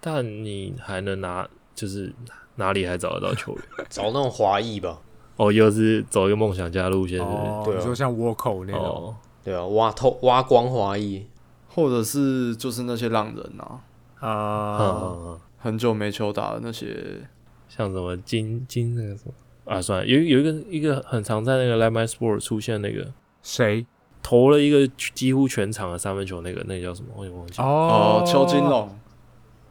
C: 但你还能拿，就是哪里还找得到球员？
A: 找那种华裔吧，
C: 哦，又是走一个梦想家路线，是不是？
D: 哦，
A: 对啊
D: 你说像倭寇那种，
C: 哦，
A: 对啊，挖透挖光华裔，
B: 或者是就是那些浪人啊，
C: 嗯
D: 啊，
C: 嗯嗯，
B: 很久没球打的那些，
C: 像什么金金那个什么啊，算了，有有一个一个很常在那个 Live My Sport 出现那个
D: 谁？
C: 投了一个几乎全场的三分球，那个那个叫什么？我也忘记了。
D: 哦
B: 哦，邱金，龙，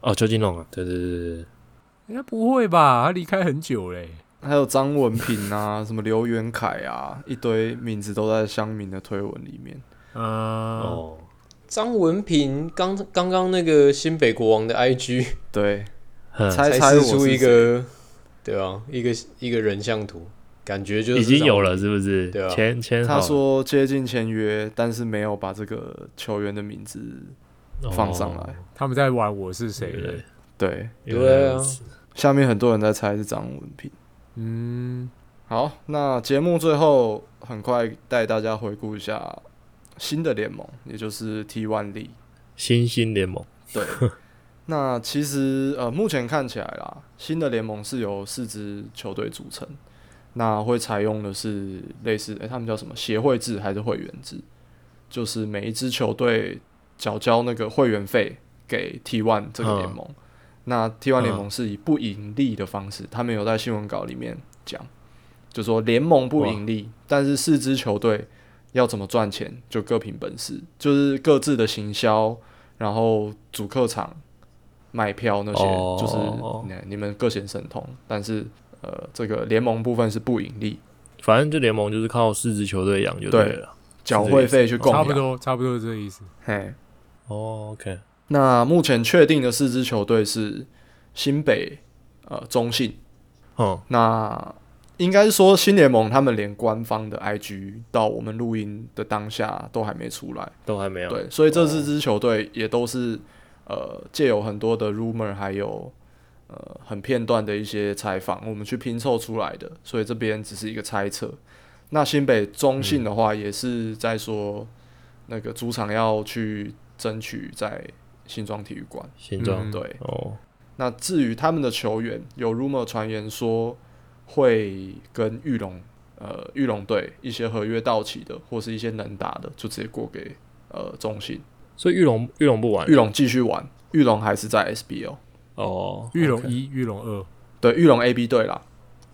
C: 哦，邱金龙啊，对对对对对，
D: 应该不会吧？他离开很久嘞。
B: 还有张文平啊， 什么刘元凯啊，一堆名字都在乡民的推文里面。
D: 嗯，
C: 哦，
A: 张文平刚刚刚那个新北国王的 IG
B: 对，
C: 哼
B: 猜猜
A: 嗯才
B: 我
A: 试出
B: 是
A: 一个，对啊，一个一个人像图，感觉就是
C: 已经有
A: 了。
C: 了是不是？
A: 对啊
C: 签签好
B: 他
C: 了
B: 说接近签约，但是没有把这个球员的名字放上来。
C: 哦
D: 他们在玩我是谁
C: 对
D: 嘞
C: 对？
B: 对，
A: 对啊，
B: 下面很多人在猜是张文平。
D: 嗯，
B: 好，那节目最后很快带大家回顾一下新的联盟，也就是 T One 力。
C: 新兴联盟，
B: 对，那其实呃，目前看起来啦，新的联盟是由四支球队组成，那会采用的是类似，诶、他们叫什么协会制还是会员制？就是每一支球队缴交那个会员费给 T One 这个联盟。那 T One 联盟是以不盈利的方式，他们有在新闻稿里面讲，就说联盟不盈利，但是四支球队要怎么赚钱就各凭本事，就是各自的行销，然后主客场卖票那些，
C: 哦
B: 就是你你们各显神通。但是呃，这个联盟部分是不盈利，
C: 反正这联盟就是靠四支球队养就对了。
B: 缴会费去共
D: 哦差不
B: 养。
D: 多差不多是这个意思。
B: 嘿，
C: 哦，OK，
B: 那目前确定的四支球队是新北、呃中信，
C: 嗯，
B: 那应该是说新联盟他们连官方的 IG 到我们录音的当下都还没出来。
C: 都还没有。
B: 对，所以这四支球队也都是呃借有很多的 rumor，还有呃很片段的一些采访，我们去拼凑出来的，所以这边只是一个猜测。那新北中信的话，也是在说那个主场要去争取在新庄体育馆。
C: 新庄、
D: 嗯
B: 对，
C: 哦，
B: 那至于他们的球员，有 rumor 传言说会跟玉龙呃玉龙队一些合约到期的，或是一些能打的，就直接过给呃中信。
C: 所以玉龙玉龙不玩
B: 玉龙继续玩，玉龙还是在 SBL。
C: 哦，
D: 玉龙
C: OK
D: 一、玉龙二，
B: 对，玉龙 A B 队啦，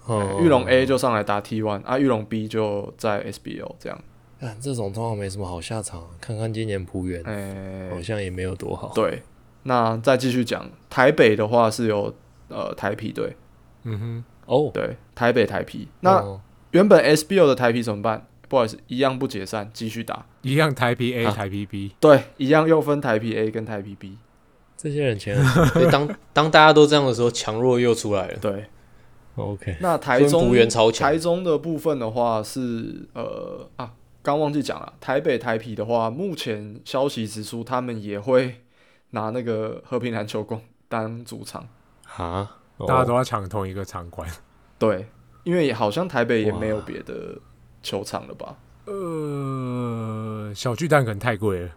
C: 哦
B: 玉龙 A 就上来打 T one 啊，玉龙 B 就在 SBL 这样。
C: 干这种通常没什么好下场，看看今年浦原、
B: 哎、
C: 好像也没有多好。
B: 对，那再继续讲台北的话是有呃台啤队，
D: 嗯哼，
C: 哦，
B: 对，台北台啤。那
C: 哦
B: 原本 SBL 的台啤怎么办？不好意思，一样不解散，继续打。
D: 一样台 P A
B: 啊
D: 台 P B，
B: 对，一样又分台啤 A 跟台啤 B。
C: 这些人钱很
A: 所以当 当大家都这样的时候，强弱又出来了。
B: 对，
C: OK，
B: 那台
A: 分
B: 中
A: 幅员超强
B: 台中的部分的话是呃啊，刚忘记讲了，台北台啤的话，目前消息指出他们也会拿那个和平篮球馆当主场，
C: 哈，哦
D: 大家都要抢同一个场馆。
B: 对，因为好像台北也
C: 哇
B: 没有别的球场了吧？
D: 呃，小巨蛋可能太贵了，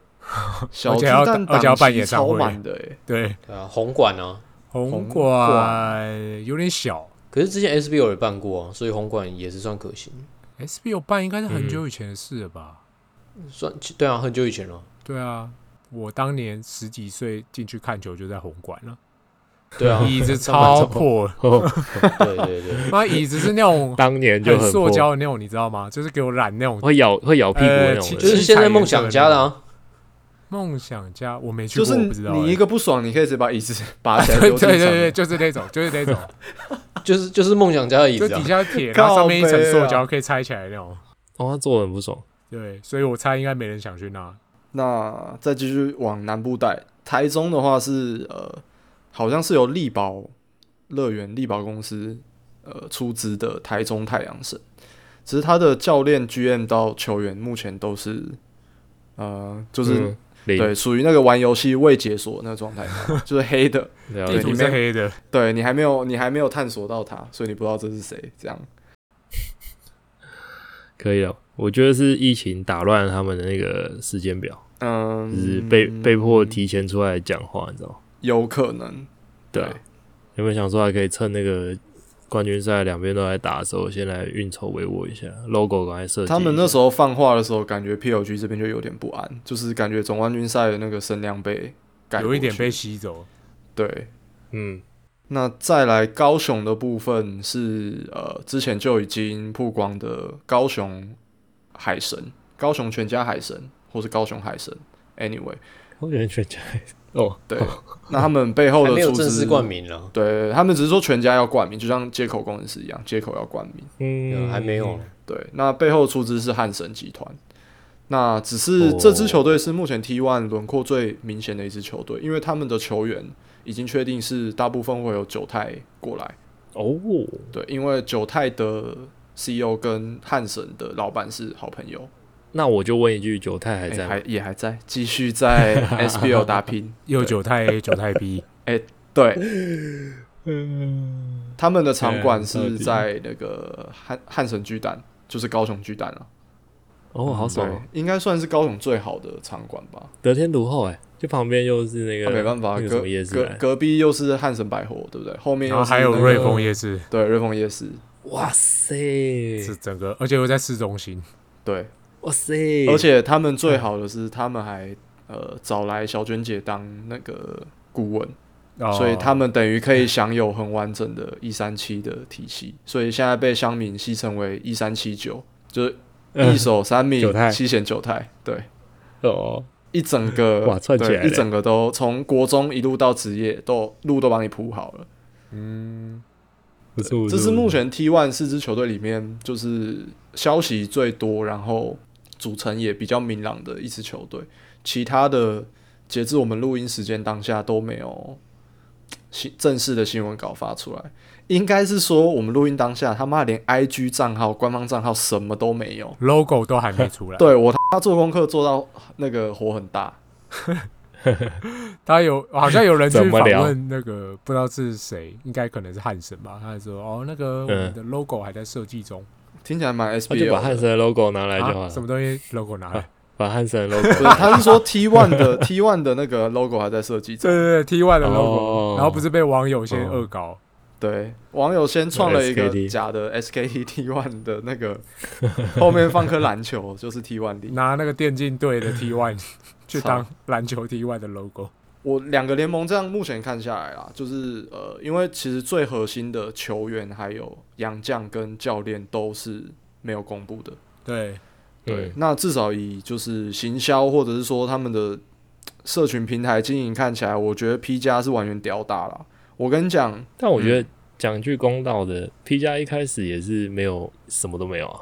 B: 小
D: 而
B: 巨
D: 且要
B: 蛋
D: 而且要
B: 档
D: 办
B: 期
D: 演唱
B: 超
D: 会
B: 满的、欸，
D: 对，
A: 对啊，红馆啊，
D: 红
B: 馆
D: 馆有点小
A: 可是之前 SBO 也办过啊，所以红馆也是算可行，
D: ，SBO 办应该是很久以前的事了吧？
A: 算对啊，很久以前了。
D: 对啊，我当年十几岁进去看球就在红馆了，
A: 对 啊，
D: 椅子
A: 上 班
D: 超
A: 族
D: 破，
A: 对对对，
D: 妈椅子是那种
C: 当年就
D: 很塑
C: 破
D: 胶的那种，你知道吗？就是给我染那种
C: 会咬会咬屁股的那
D: 呃其
C: 种
A: 就
C: 人。
A: 是现在梦想家的啊，
D: 梦想家，我没去
B: 就
D: 过，
B: 是
D: 我不知道欸。
B: 你一个不爽，你可以直接把椅子拔起来
D: 对
B: 丢地
D: 对对
B: 上
D: 对，
B: 面。
D: 就是那种，就是那种，
A: 就是就是梦想家的椅
D: 就
A: 子啊
D: 底，下铁，然后上面一
B: 靠
D: 层
B: 背啊
D: 塑胶可以拆起来的那种。
C: 哦，他做的很不爽。
D: 对，所以我猜应该没人想去那。
B: 那再继续往南部带，台中的话是呃，好像是由力宝乐园、力宝公司呃出资的台中太阳神，只是他的教练、GM 到球员目前都是呃，就是、
C: 嗯零
B: 对属于那个玩游戏未解锁那状态嘛， 就是黑的，
C: 了
D: 地
C: 解
D: 图
B: 你
D: 是
B: 们
D: 黑的，
B: 对你还没有你还没有探索到他，所以你不知道这是谁这样。
C: 可以了。我觉得是疫情打乱他们的那个时间表，就
B: 嗯，
C: 是被被迫提前出来讲话，你知道吗？
B: 有可能，
C: 对啊，有没有想说还可以趁那个冠军赛两边都在打的时候，先来运筹帷幄一下，logo 赶快设计一下。
B: 他们那时候放话的时候，感觉 PLG 这边就有点不安，就是感觉总冠军赛的那个声量被改过去
D: 有一点被吸走。
B: 对。
C: 嗯，
B: 那再来高雄的部分是呃之前就已经曝光的高雄海神、高雄全家海神，或是高雄海神。Anyway，
C: 我觉得全家哦，
B: 对，那他们背后
A: 还
B: 的
A: 没有
B: 出
A: 正
B: 资
A: 式，冠名了，
B: 对他们只是说全家要冠名，就像接口工程师一样，接口要冠名。
C: 嗯，
A: 还没有，
B: 对，那背后出资是汉神集团。那只是这支
C: 哦
B: 球队是目前 T1 轮廓最明显的一支球队，因为他们的球员已经确定是大部分会有九泰过来。
C: 哦，
B: 对，因为九泰的 CEO 跟汉神的老板是好朋友，
C: 那我就问一句，九泰还
B: 诶
C: 在吗？
B: 哎还也还在继续 在 SBL 打拼。
D: 又九太 A，九 太 B，
B: 对，
C: 嗯，
B: 他们的场馆
C: 哎
B: 是
C: 到底
B: 在那个汉汉神巨蛋，就是高雄巨蛋啊。
C: 哦，好爽哦，
B: 对，应该算是高雄最好的场馆吧。
C: 得天独厚哎，就旁边又是那
B: 那、
C: 个，
B: 哦没办法，
C: 那个什
B: 隔
C: 么夜市
B: 隔
C: 来，
B: 隔壁又是汉神百货，对不对？后面
D: 然
B: 又
D: 后
B: 是
D: 还有
B: 那
D: 瑞
B: 个
D: 丰夜市，
B: 对瑞丰夜市，
C: 哇塞，
D: 是整个，而且又在市中心。
B: 对，
C: 哇塞，
B: 而且他们最好的是他们还呃找来小娟姐当那个顾问，
D: 哦
B: 所以他们等于可以享有很完整的一三七的体系，所以现在被乡民戏称为一三七九，就是
C: 嗯
B: 一 手三米
C: 九泰，
B: 七贤九泰，对，
C: 哦，
B: 一整个
C: 哇串起
B: 对
C: 来了
B: 一整个都从国中一路到职业都路都帮你铺好了。
D: 嗯，
C: 不错，不
B: 这
C: 错
B: 是目前 T One 四支球队里面就是消息最多，然后组成也比较明朗的一支球队。其他的截至我们录音时间当下都没有新正式的新闻稿发出来，应该是说我们录音当下他妈连 I G 账号、官方账号什么都没有。
D: logo 都 还没出来。
B: 对我他做功课做到那个火很大，
D: 他有好像有人去
C: 怎么
D: 访
C: 聊
D: 问那个不知道是谁，应该可能是汉森吧。他说：“哦，那个我们
C: 嗯
D: 的 logo 还在设计中，
B: 听起来蛮 S
C: 他
B: B
C: 啊就
B: L
C: 把汉森的 logo 拿来就好
D: 啊，
C: 了，
D: 什么东西 logo 拿来
C: 把汉森的
B: 不
C: logo
B: 是，他是说 T One 的 T One 的那个 logo 还在设计？”中
D: 对。对对，T One 的 logo，
C: 哦
D: 然后不是被网友先
C: 哦
D: 恶搞，
B: 对，网友先创了一个
C: SKT
B: 假的 SKT T One 的那个， 后面放颗篮球就是 T One 里。
D: 拿那个电竞队的 T One 去
B: 操
D: 当篮球 T One 的 logo。
B: 我两个联盟这样目前看下来啦，就是呃，因为其实最核心的球员还有洋将跟教练都是没有公布的。
D: 对，
C: 对，
B: 那至少以就是行销或者是说他们的社群平台经营看起来，我觉得 P 加是完全吊打啦。我跟你讲，
C: 但我觉得讲句公道的，P 加一开始也是没有什么都没有啊，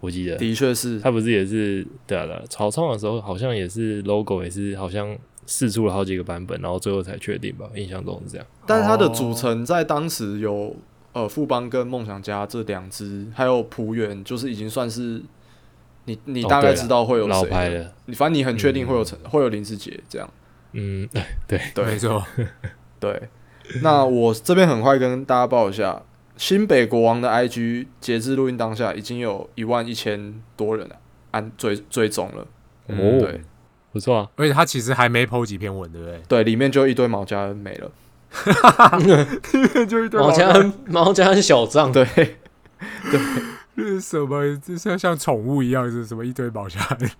C: 我记得
B: 的确是
C: 他不是也是对啊对啊，草创的时候好像也是 logo 也是好像试出了好几个版本，然后最后才确定吧，印象中是这样。
B: 但它的组
D: 哦
B: 成在当时有呃富邦跟梦想家这两支，还有浦原，就是已经算是你你
C: 哦
B: 大概
C: 对了
B: 知道会有谁、
C: 老牌，的，
B: 你反正你很确定会有陈、会有林志杰这样。
C: 嗯，
B: 对
D: 没错，
B: 对，那我这边很快跟大家报一下，新北国王的 IG 截至录音当下已经有一万一千多人了。按追追踪了，
D: 嗯
C: 哦
B: 对，
C: 不错啊，
D: 而且他其实还没 PO 几篇文，对不对？
B: 对，里面就一堆毛家人没了，
D: 就一堆
C: 哦
A: 毛家
D: 老
A: 恩， 毛家恩小账，
B: 对，
D: 这是什么？这是像宠物一样，是什么一堆毛家 人？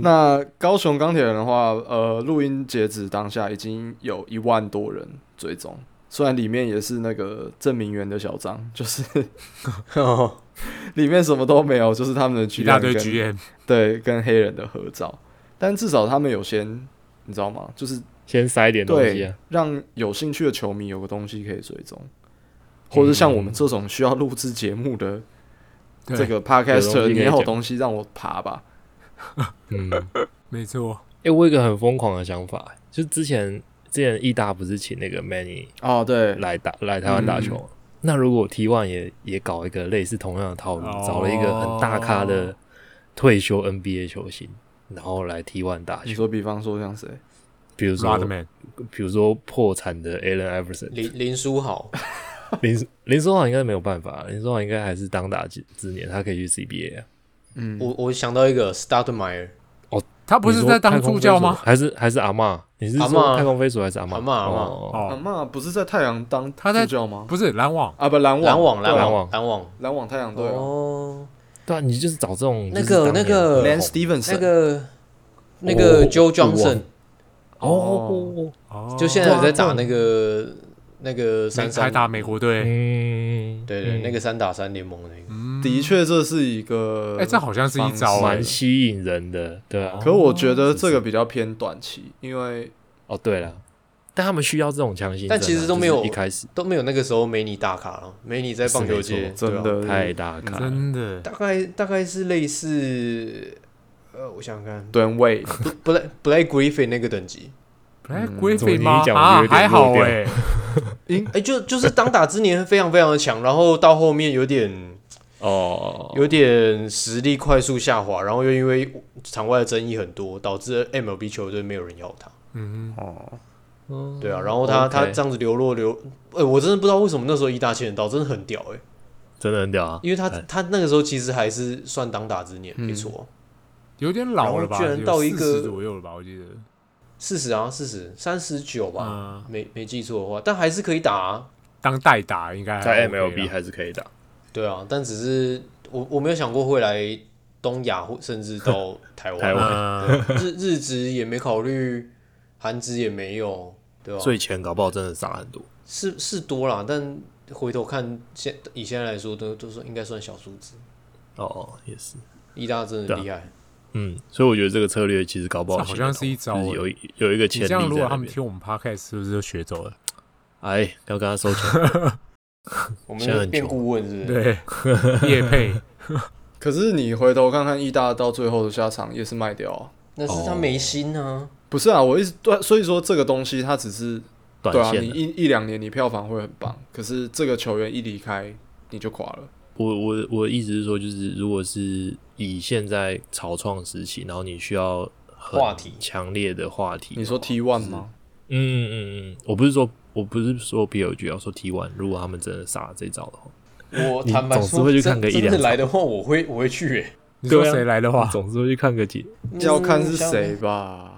B: 那高雄钢铁人的话，呃，录音截止当下已经有一万多人追踪，虽然里面也是那个郑明元的小张， 就是里面什么都没有，就是他们的 G
D: 一大堆
B: 跟
D: GM，
B: 对跟黑人的合照，但至少他们有先你知道吗？就是
C: 先塞一点东西
B: 对
C: 啊，
B: 让有兴趣的球迷有个东西可以追踪，或者像我们这种需要录制节目的
D: 嗯对
B: 这个 podcaster，
C: 有东西可以
B: 你要有
C: 讲
B: 东西让我爬吧。
C: 嗯。
D: 没错，
C: 哎、我有一个很疯狂的想法，就之前之前义大不是请那个 Many
B: 哦，对，
C: 来打来台湾打球、吗？那如果 T One 也也搞一个类似同样的套路，
D: 哦
C: 找了一个很大咖的退休 NBA 球星，然后来 T One 打
B: 你
C: 球，
B: 说比方说像谁？
C: 比如
D: r o d
C: 说
D: m a n
C: 比如说破产的 Allen Iverson，
A: 林林书豪，
C: 林林书豪应该没有办法，林书豪应该还是当打之之年，他可以去 CBA 啊。
B: 嗯，
A: 我我想到一个 Stoudemire，
D: 他不是在当助教吗？
C: 还是还是阿嬷？你是
A: 阿
C: 说
A: 嬷
C: 太空飞鼠还是阿嬷？
A: 阿嬷阿嬷
C: 哦，
B: 阿
D: 哦，
B: 妈啊不是在太阳当
D: 他在
B: 助教吗？
D: 不是篮网，
B: 啊，不，篮
A: 篮
B: 网，
A: 网篮
C: 篮
A: 网
C: 网
A: 篮网，
B: 篮网太阳队哦。
A: 哦，
C: 对啊，你就是找这种
A: 那
C: 就是
A: 个
C: 当
A: 那
C: 年
A: 个
C: 很
B: Lance
C: 红
B: Stevenson，
A: 那个那个
C: 哦
A: Joe
C: 王
A: Johnson，
C: 哦，
D: 哦，
A: 就现在有在打
C: 哇
A: 那个那个三
D: 还
A: 三，
D: 打美国队，
C: 嗯，
A: 对对，
C: 嗯
A: 那个三打三联盟的那个，
D: 嗯，
B: 的确这是一个，
D: 哎，这好像是一招
B: 方
D: 哎
C: 蛮，吸引人的，对啊。
B: 可我觉得
C: 是
B: 这个比较偏短期，因为
C: 哦，对了，但他们需要这种强心针啊，
A: 但其实都没有
C: 就是一开始
A: 都没有那个时候梅尼大咖了，梅尼在棒球
C: 是没
A: 界
C: 错
A: 对
B: 真
A: 啊
B: 的
C: 太大咖了，
D: 真的，
A: 大概大概是类似，呃，我想想看
B: 吨位
A: ，Black Black Griffin 那个等级，
D: 哎
C: 嗯怎么
D: ，Griffin
C: 你
D: 吗
C: 一？讲我
D: 啊，
C: 就有点
D: 还好
C: 弱
D: 哎，
A: 哎、就就是当打之年非常非常的强，然后到后面有点
C: 哦，
A: 有点实力快速下滑，然后又因为场外的争议很多，导致 MLB 球队没有人要他。
D: 嗯，
B: 哦，
A: 对啊，然后他、他
C: OK
A: 这样子流落流，哎、我真的不知道为什么那时候一大千人到真的很屌哎、
C: 真的很屌啊，
A: 因为他
C: 哎
A: 他那个时候其实还是算当打之年，
C: 嗯
A: 没错，
D: 有点老了吧？
A: 然后居然到一个
D: 有40左右了吧？我记得，
A: 四十啊四十三十九吧，
C: 啊
D: 嗯，
A: 没没记错的话，但还是可以打啊。
D: 当代打应该还
C: 在
D: OK 啦
C: MLB 还是可以打，
A: 对啊，但只是我我没有想过会来东亚或甚至 到台湾，
C: 台湾
D: 嗯
A: 日日职也没考虑，韩职也没有，对吧、
C: 所以钱搞不好真的少很多。
A: 是是多啦，但回头看现以现在来说，都都是应该算小数字。
C: 哦，也是，
A: 义大真的
C: 对啊
A: 厉害，
C: 嗯，所以我觉得这个策略其实搞不
D: 这
C: 好
D: 好像是一
C: 就
D: 招
C: 是
D: 欸
C: 有一有一个
D: 你
C: 潜力
D: 这
C: 在
D: 样，如果
C: 那
D: 他们
C: 边。
D: 听我们 podcast，是不是就学 走了？
C: 哎，要跟他收 钱，
A: 我
C: 现在
A: 们
C: 很
A: 变
C: 穷
A: 顾问是不是？
D: 对，
C: 啊
D: 叶配
B: 可是你回头看看义大到最后的下场也是卖掉啊、
A: 那是他没心啊。
B: 不是啊，我一直对，所以说这个东西它只是
C: 短
B: 对啊，
C: 线
B: 你
C: 的。
B: 一一两年你票房会很棒，可是这个球员一离开你就垮了。
C: 我我我的意思是说，就是如果是以现在草创时期，然后你需要很
A: 话题
C: 强烈的话题，
B: 你说 T one 吗？
C: 嗯嗯嗯嗯，我不是说我不是说 B 尔 G，要啊说 T one，如果他们真的杀了这招的话，
A: 我
C: 你
A: 坦白
C: 总是
A: 说，
C: 会去
A: 真
C: 看个一
A: 真的
C: 两场
A: 来的话，我会我会去欸耶、
D: 你说
C: 对啊
D: 谁来的话，
C: 总是会去看个几，
B: 要看是
A: 嗯像
B: 谁吧。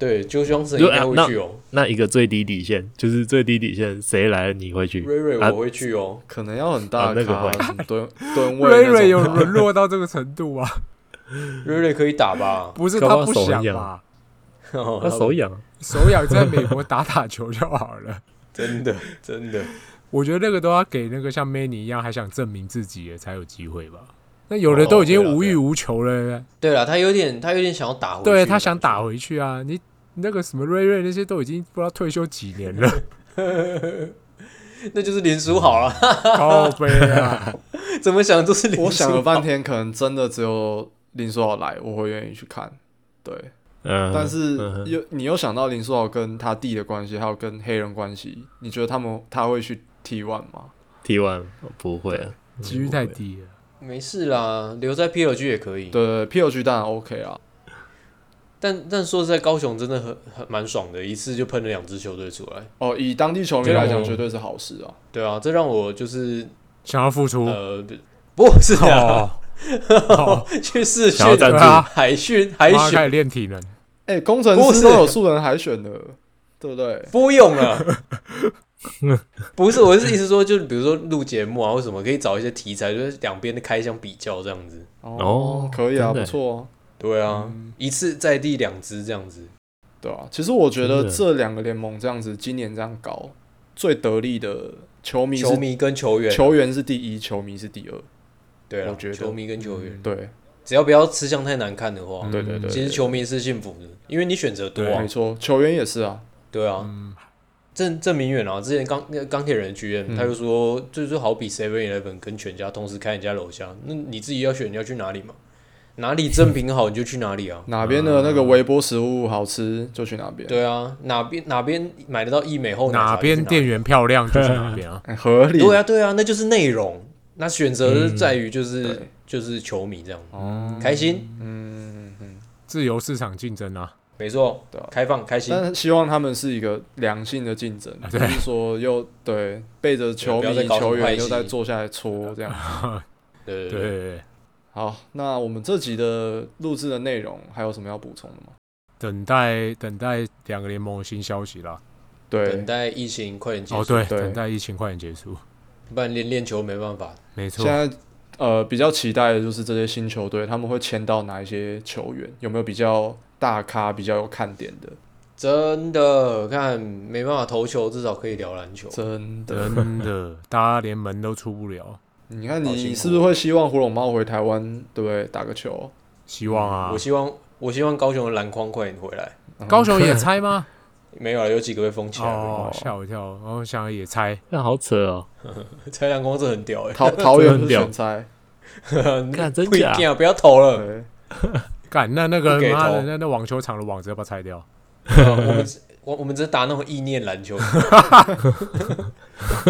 A: 对，就像是
C: 就啊
A: 应该会
C: 那
A: 去哦、
C: 那一个最低底线就是最低底线，谁来了你会去？
A: 瑞瑞
C: 啊
A: 我会去哦、
B: 可能要很大的
C: 啊
B: 咖，
C: 那
B: 什么 蹲蹲位
D: 瑞瑞有
B: 那种吧
D: 沦落到这个程度啊？
A: 瑞瑞可以打吧？
D: 不是
C: 搞不
D: 他
C: 好
D: 不
C: 手很
D: 想
C: 痒
D: 吧？
C: 他手痒啊，
D: 手痒在美国打打球就好了。
A: 真的真的，
D: 我觉得那个都要给那个像 Many 一样还想证明自己的才有机会吧。那有的都已经
A: 哦对啊
D: 无欲无求了，
A: 对了，他有点他有点想要打回去，
D: 对他想打，回去啊！你那个什么瑞瑞那些都已经不知道退休几年了，
A: 那就是林书好了，
D: 高飞啊！
A: 怎么想都是林 书。
B: 我想了半，天，可能真的只有林书豪来，我会愿意去看。对，
C: 嗯，
B: 但是
C: 嗯哼
B: 又你又想到林书豪跟他弟的关系，还有跟黑人关系，你觉得他们他会去 T one 吗？
C: T one 不会啊，
D: 几率太低了。
A: 没事啦，留在 PLG 也可
C: 嗯
A: 以。
B: 对对对，P O G 当然 OK 啊。
A: 但但说实在，高雄真的很很蛮爽的，一次就喷了两支球队出来。
B: 哦，以当地球迷来
A: 对
B: 讲，
A: 啊
B: 绝对是好事啊。
A: 对啊，这让我就是
D: 想要付出
A: 呃，不不是啊，
D: 哦，哦
A: 去试训
C: 想要赞
D: 对啊
C: 助，
A: 海训海
D: 妈
A: 选
D: 开始练体能，
B: 哎、工程
A: 不
B: 师
A: 是
B: 都有素人海选的，对不对？
A: 不用了。不是，我是意思说，就是比如说录节目啊，或什么可以找一些题材，就是两边的开箱比较这样子。
C: 哦
B: 可以啊，
C: 真的
B: 不错、啊，
A: 对啊，
D: 嗯
A: 一次在地两支这样子。
B: 对啊。其实我觉得
C: 真的
B: 这两个联盟这样子，今年这样搞，最得力的球迷
A: 球
B: 是
A: 迷跟球员啊，
B: 球员是第一，球迷是第二。
A: 对啊
B: 我觉得
A: 球迷跟球员，
B: 对
A: 嗯只要不要吃相太难看的话，
B: 对对对，
A: 嗯其实球迷是幸福的，因为你选择多
D: 对
A: 啊
B: 没。错，球员也是啊。
A: 对啊，
D: 嗯，
A: 郑郑明远啊，之前钢那个钢铁人的 GM
B: 嗯
A: 他就说，就是好比 Seven Eleven 跟全家同时开人家楼下，那你自己要选你要去哪里嘛？哪里正品好你就去哪里啊。
B: 哪边的那个微波食物好吃就去哪边，
A: 对啊，哪边哪边买得到一美后奶茶
D: 哪边
A: 就去
D: 店员漂亮就是哪边
B: 。
D: 啊
B: 哎合理。
A: 对啊，对啊，那就是内容。那选择
C: 嗯
A: 在于就是、
B: 对
A: 就是球迷这样
B: 哦，
A: 开心，
B: 嗯嗯嗯，
D: 自由市场竞争啊，
A: 没错
B: 对啊，
A: 开放开心，
B: 但是希望他们是一个良性的竞
C: 啊
B: 争，不
D: 对
B: 是说又对背着球
A: 对不要
B: 迷
A: 再搞什么
B: 球
A: 派
B: 员
A: 系
B: 又在坐下来搓这样。
D: 对
A: 对对对，
D: 对 对，
B: 好，那我们这集的录制的内容还有什么要补充的吗？
D: 等待等待两个联盟的新消息啦。
B: 对
A: 等，待疫情快点结束，
D: 哦，对，
B: 对
D: 等待疫情快点结束，
A: 不然练练球没办法。
D: 没错
B: 现。在呃比较期待的就是这些新球队他们会签到哪一些球员，有没有比较大咖、比较有看点的？
A: 真的看没办法投球，至少可以聊篮球。
B: 真的，
D: 真的，大家连门都出不了，
B: 你看
A: 好辛
B: 你
A: 苦
B: 是不是会希望胡龙猫回台湾，对不对？打个球，
D: 希望啊
A: 嗯我。希望我希望高雄的篮筐快点回来，
B: 嗯
D: 高雄野猜吗？
A: 没有了，有几个被封起来了。
D: 哦，吓我一跳。我想野猜，
C: 那好扯哦，
A: 拆篮筐是很屌 哎、
B: 桃桃园不
C: 真的很
B: 是
C: 屌
B: 全猜，
A: 欸，
C: 看真
A: 不一
C: 假
A: 定啊，不要投了。
B: 对，
D: 干那那个
A: 不给
D: 妈
A: 投
D: 的那那网球场的网子要不要拆掉？
A: 呃 我们只我我们只是打那种意念篮球，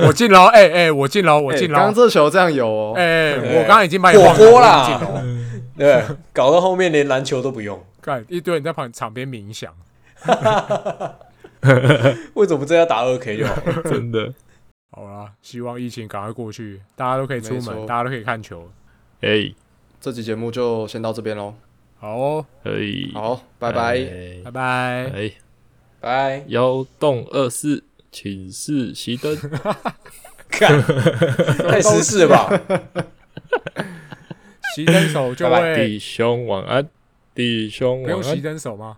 D: 我进牢，哎哎，我进牢，我
B: 哎
D: 进
B: 刚
D: 牢
B: 刚。这球这样有哦，
D: 哎，
A: 对
D: 我刚刚已经把你
A: 火
D: 晃了
A: 锅啦
D: 我已经进牢了
A: 对，搞到后面连篮球都不用。
D: 干一堆人在旁场边冥想。
A: 为什么这要打二 K 就好了？
C: 真的。
D: 好啦，希望疫情赶快过去，大家都可以出
B: 没错
D: 门，大家都可以看球。
C: 哎，
B: 这期节目就先到这边喽，
D: 好哦，
C: 可以，
B: 好，拜拜。
D: 拜拜。
C: 哎，
A: 拜。
C: 幺洞二四，请示熄 灯。
A: 看，太时事了吧？
D: 熄灯手就会
A: 拜
C: 弟兄晚安，弟兄
D: 不
C: 晚
D: 用
C: 安
D: 熄。灯手吗？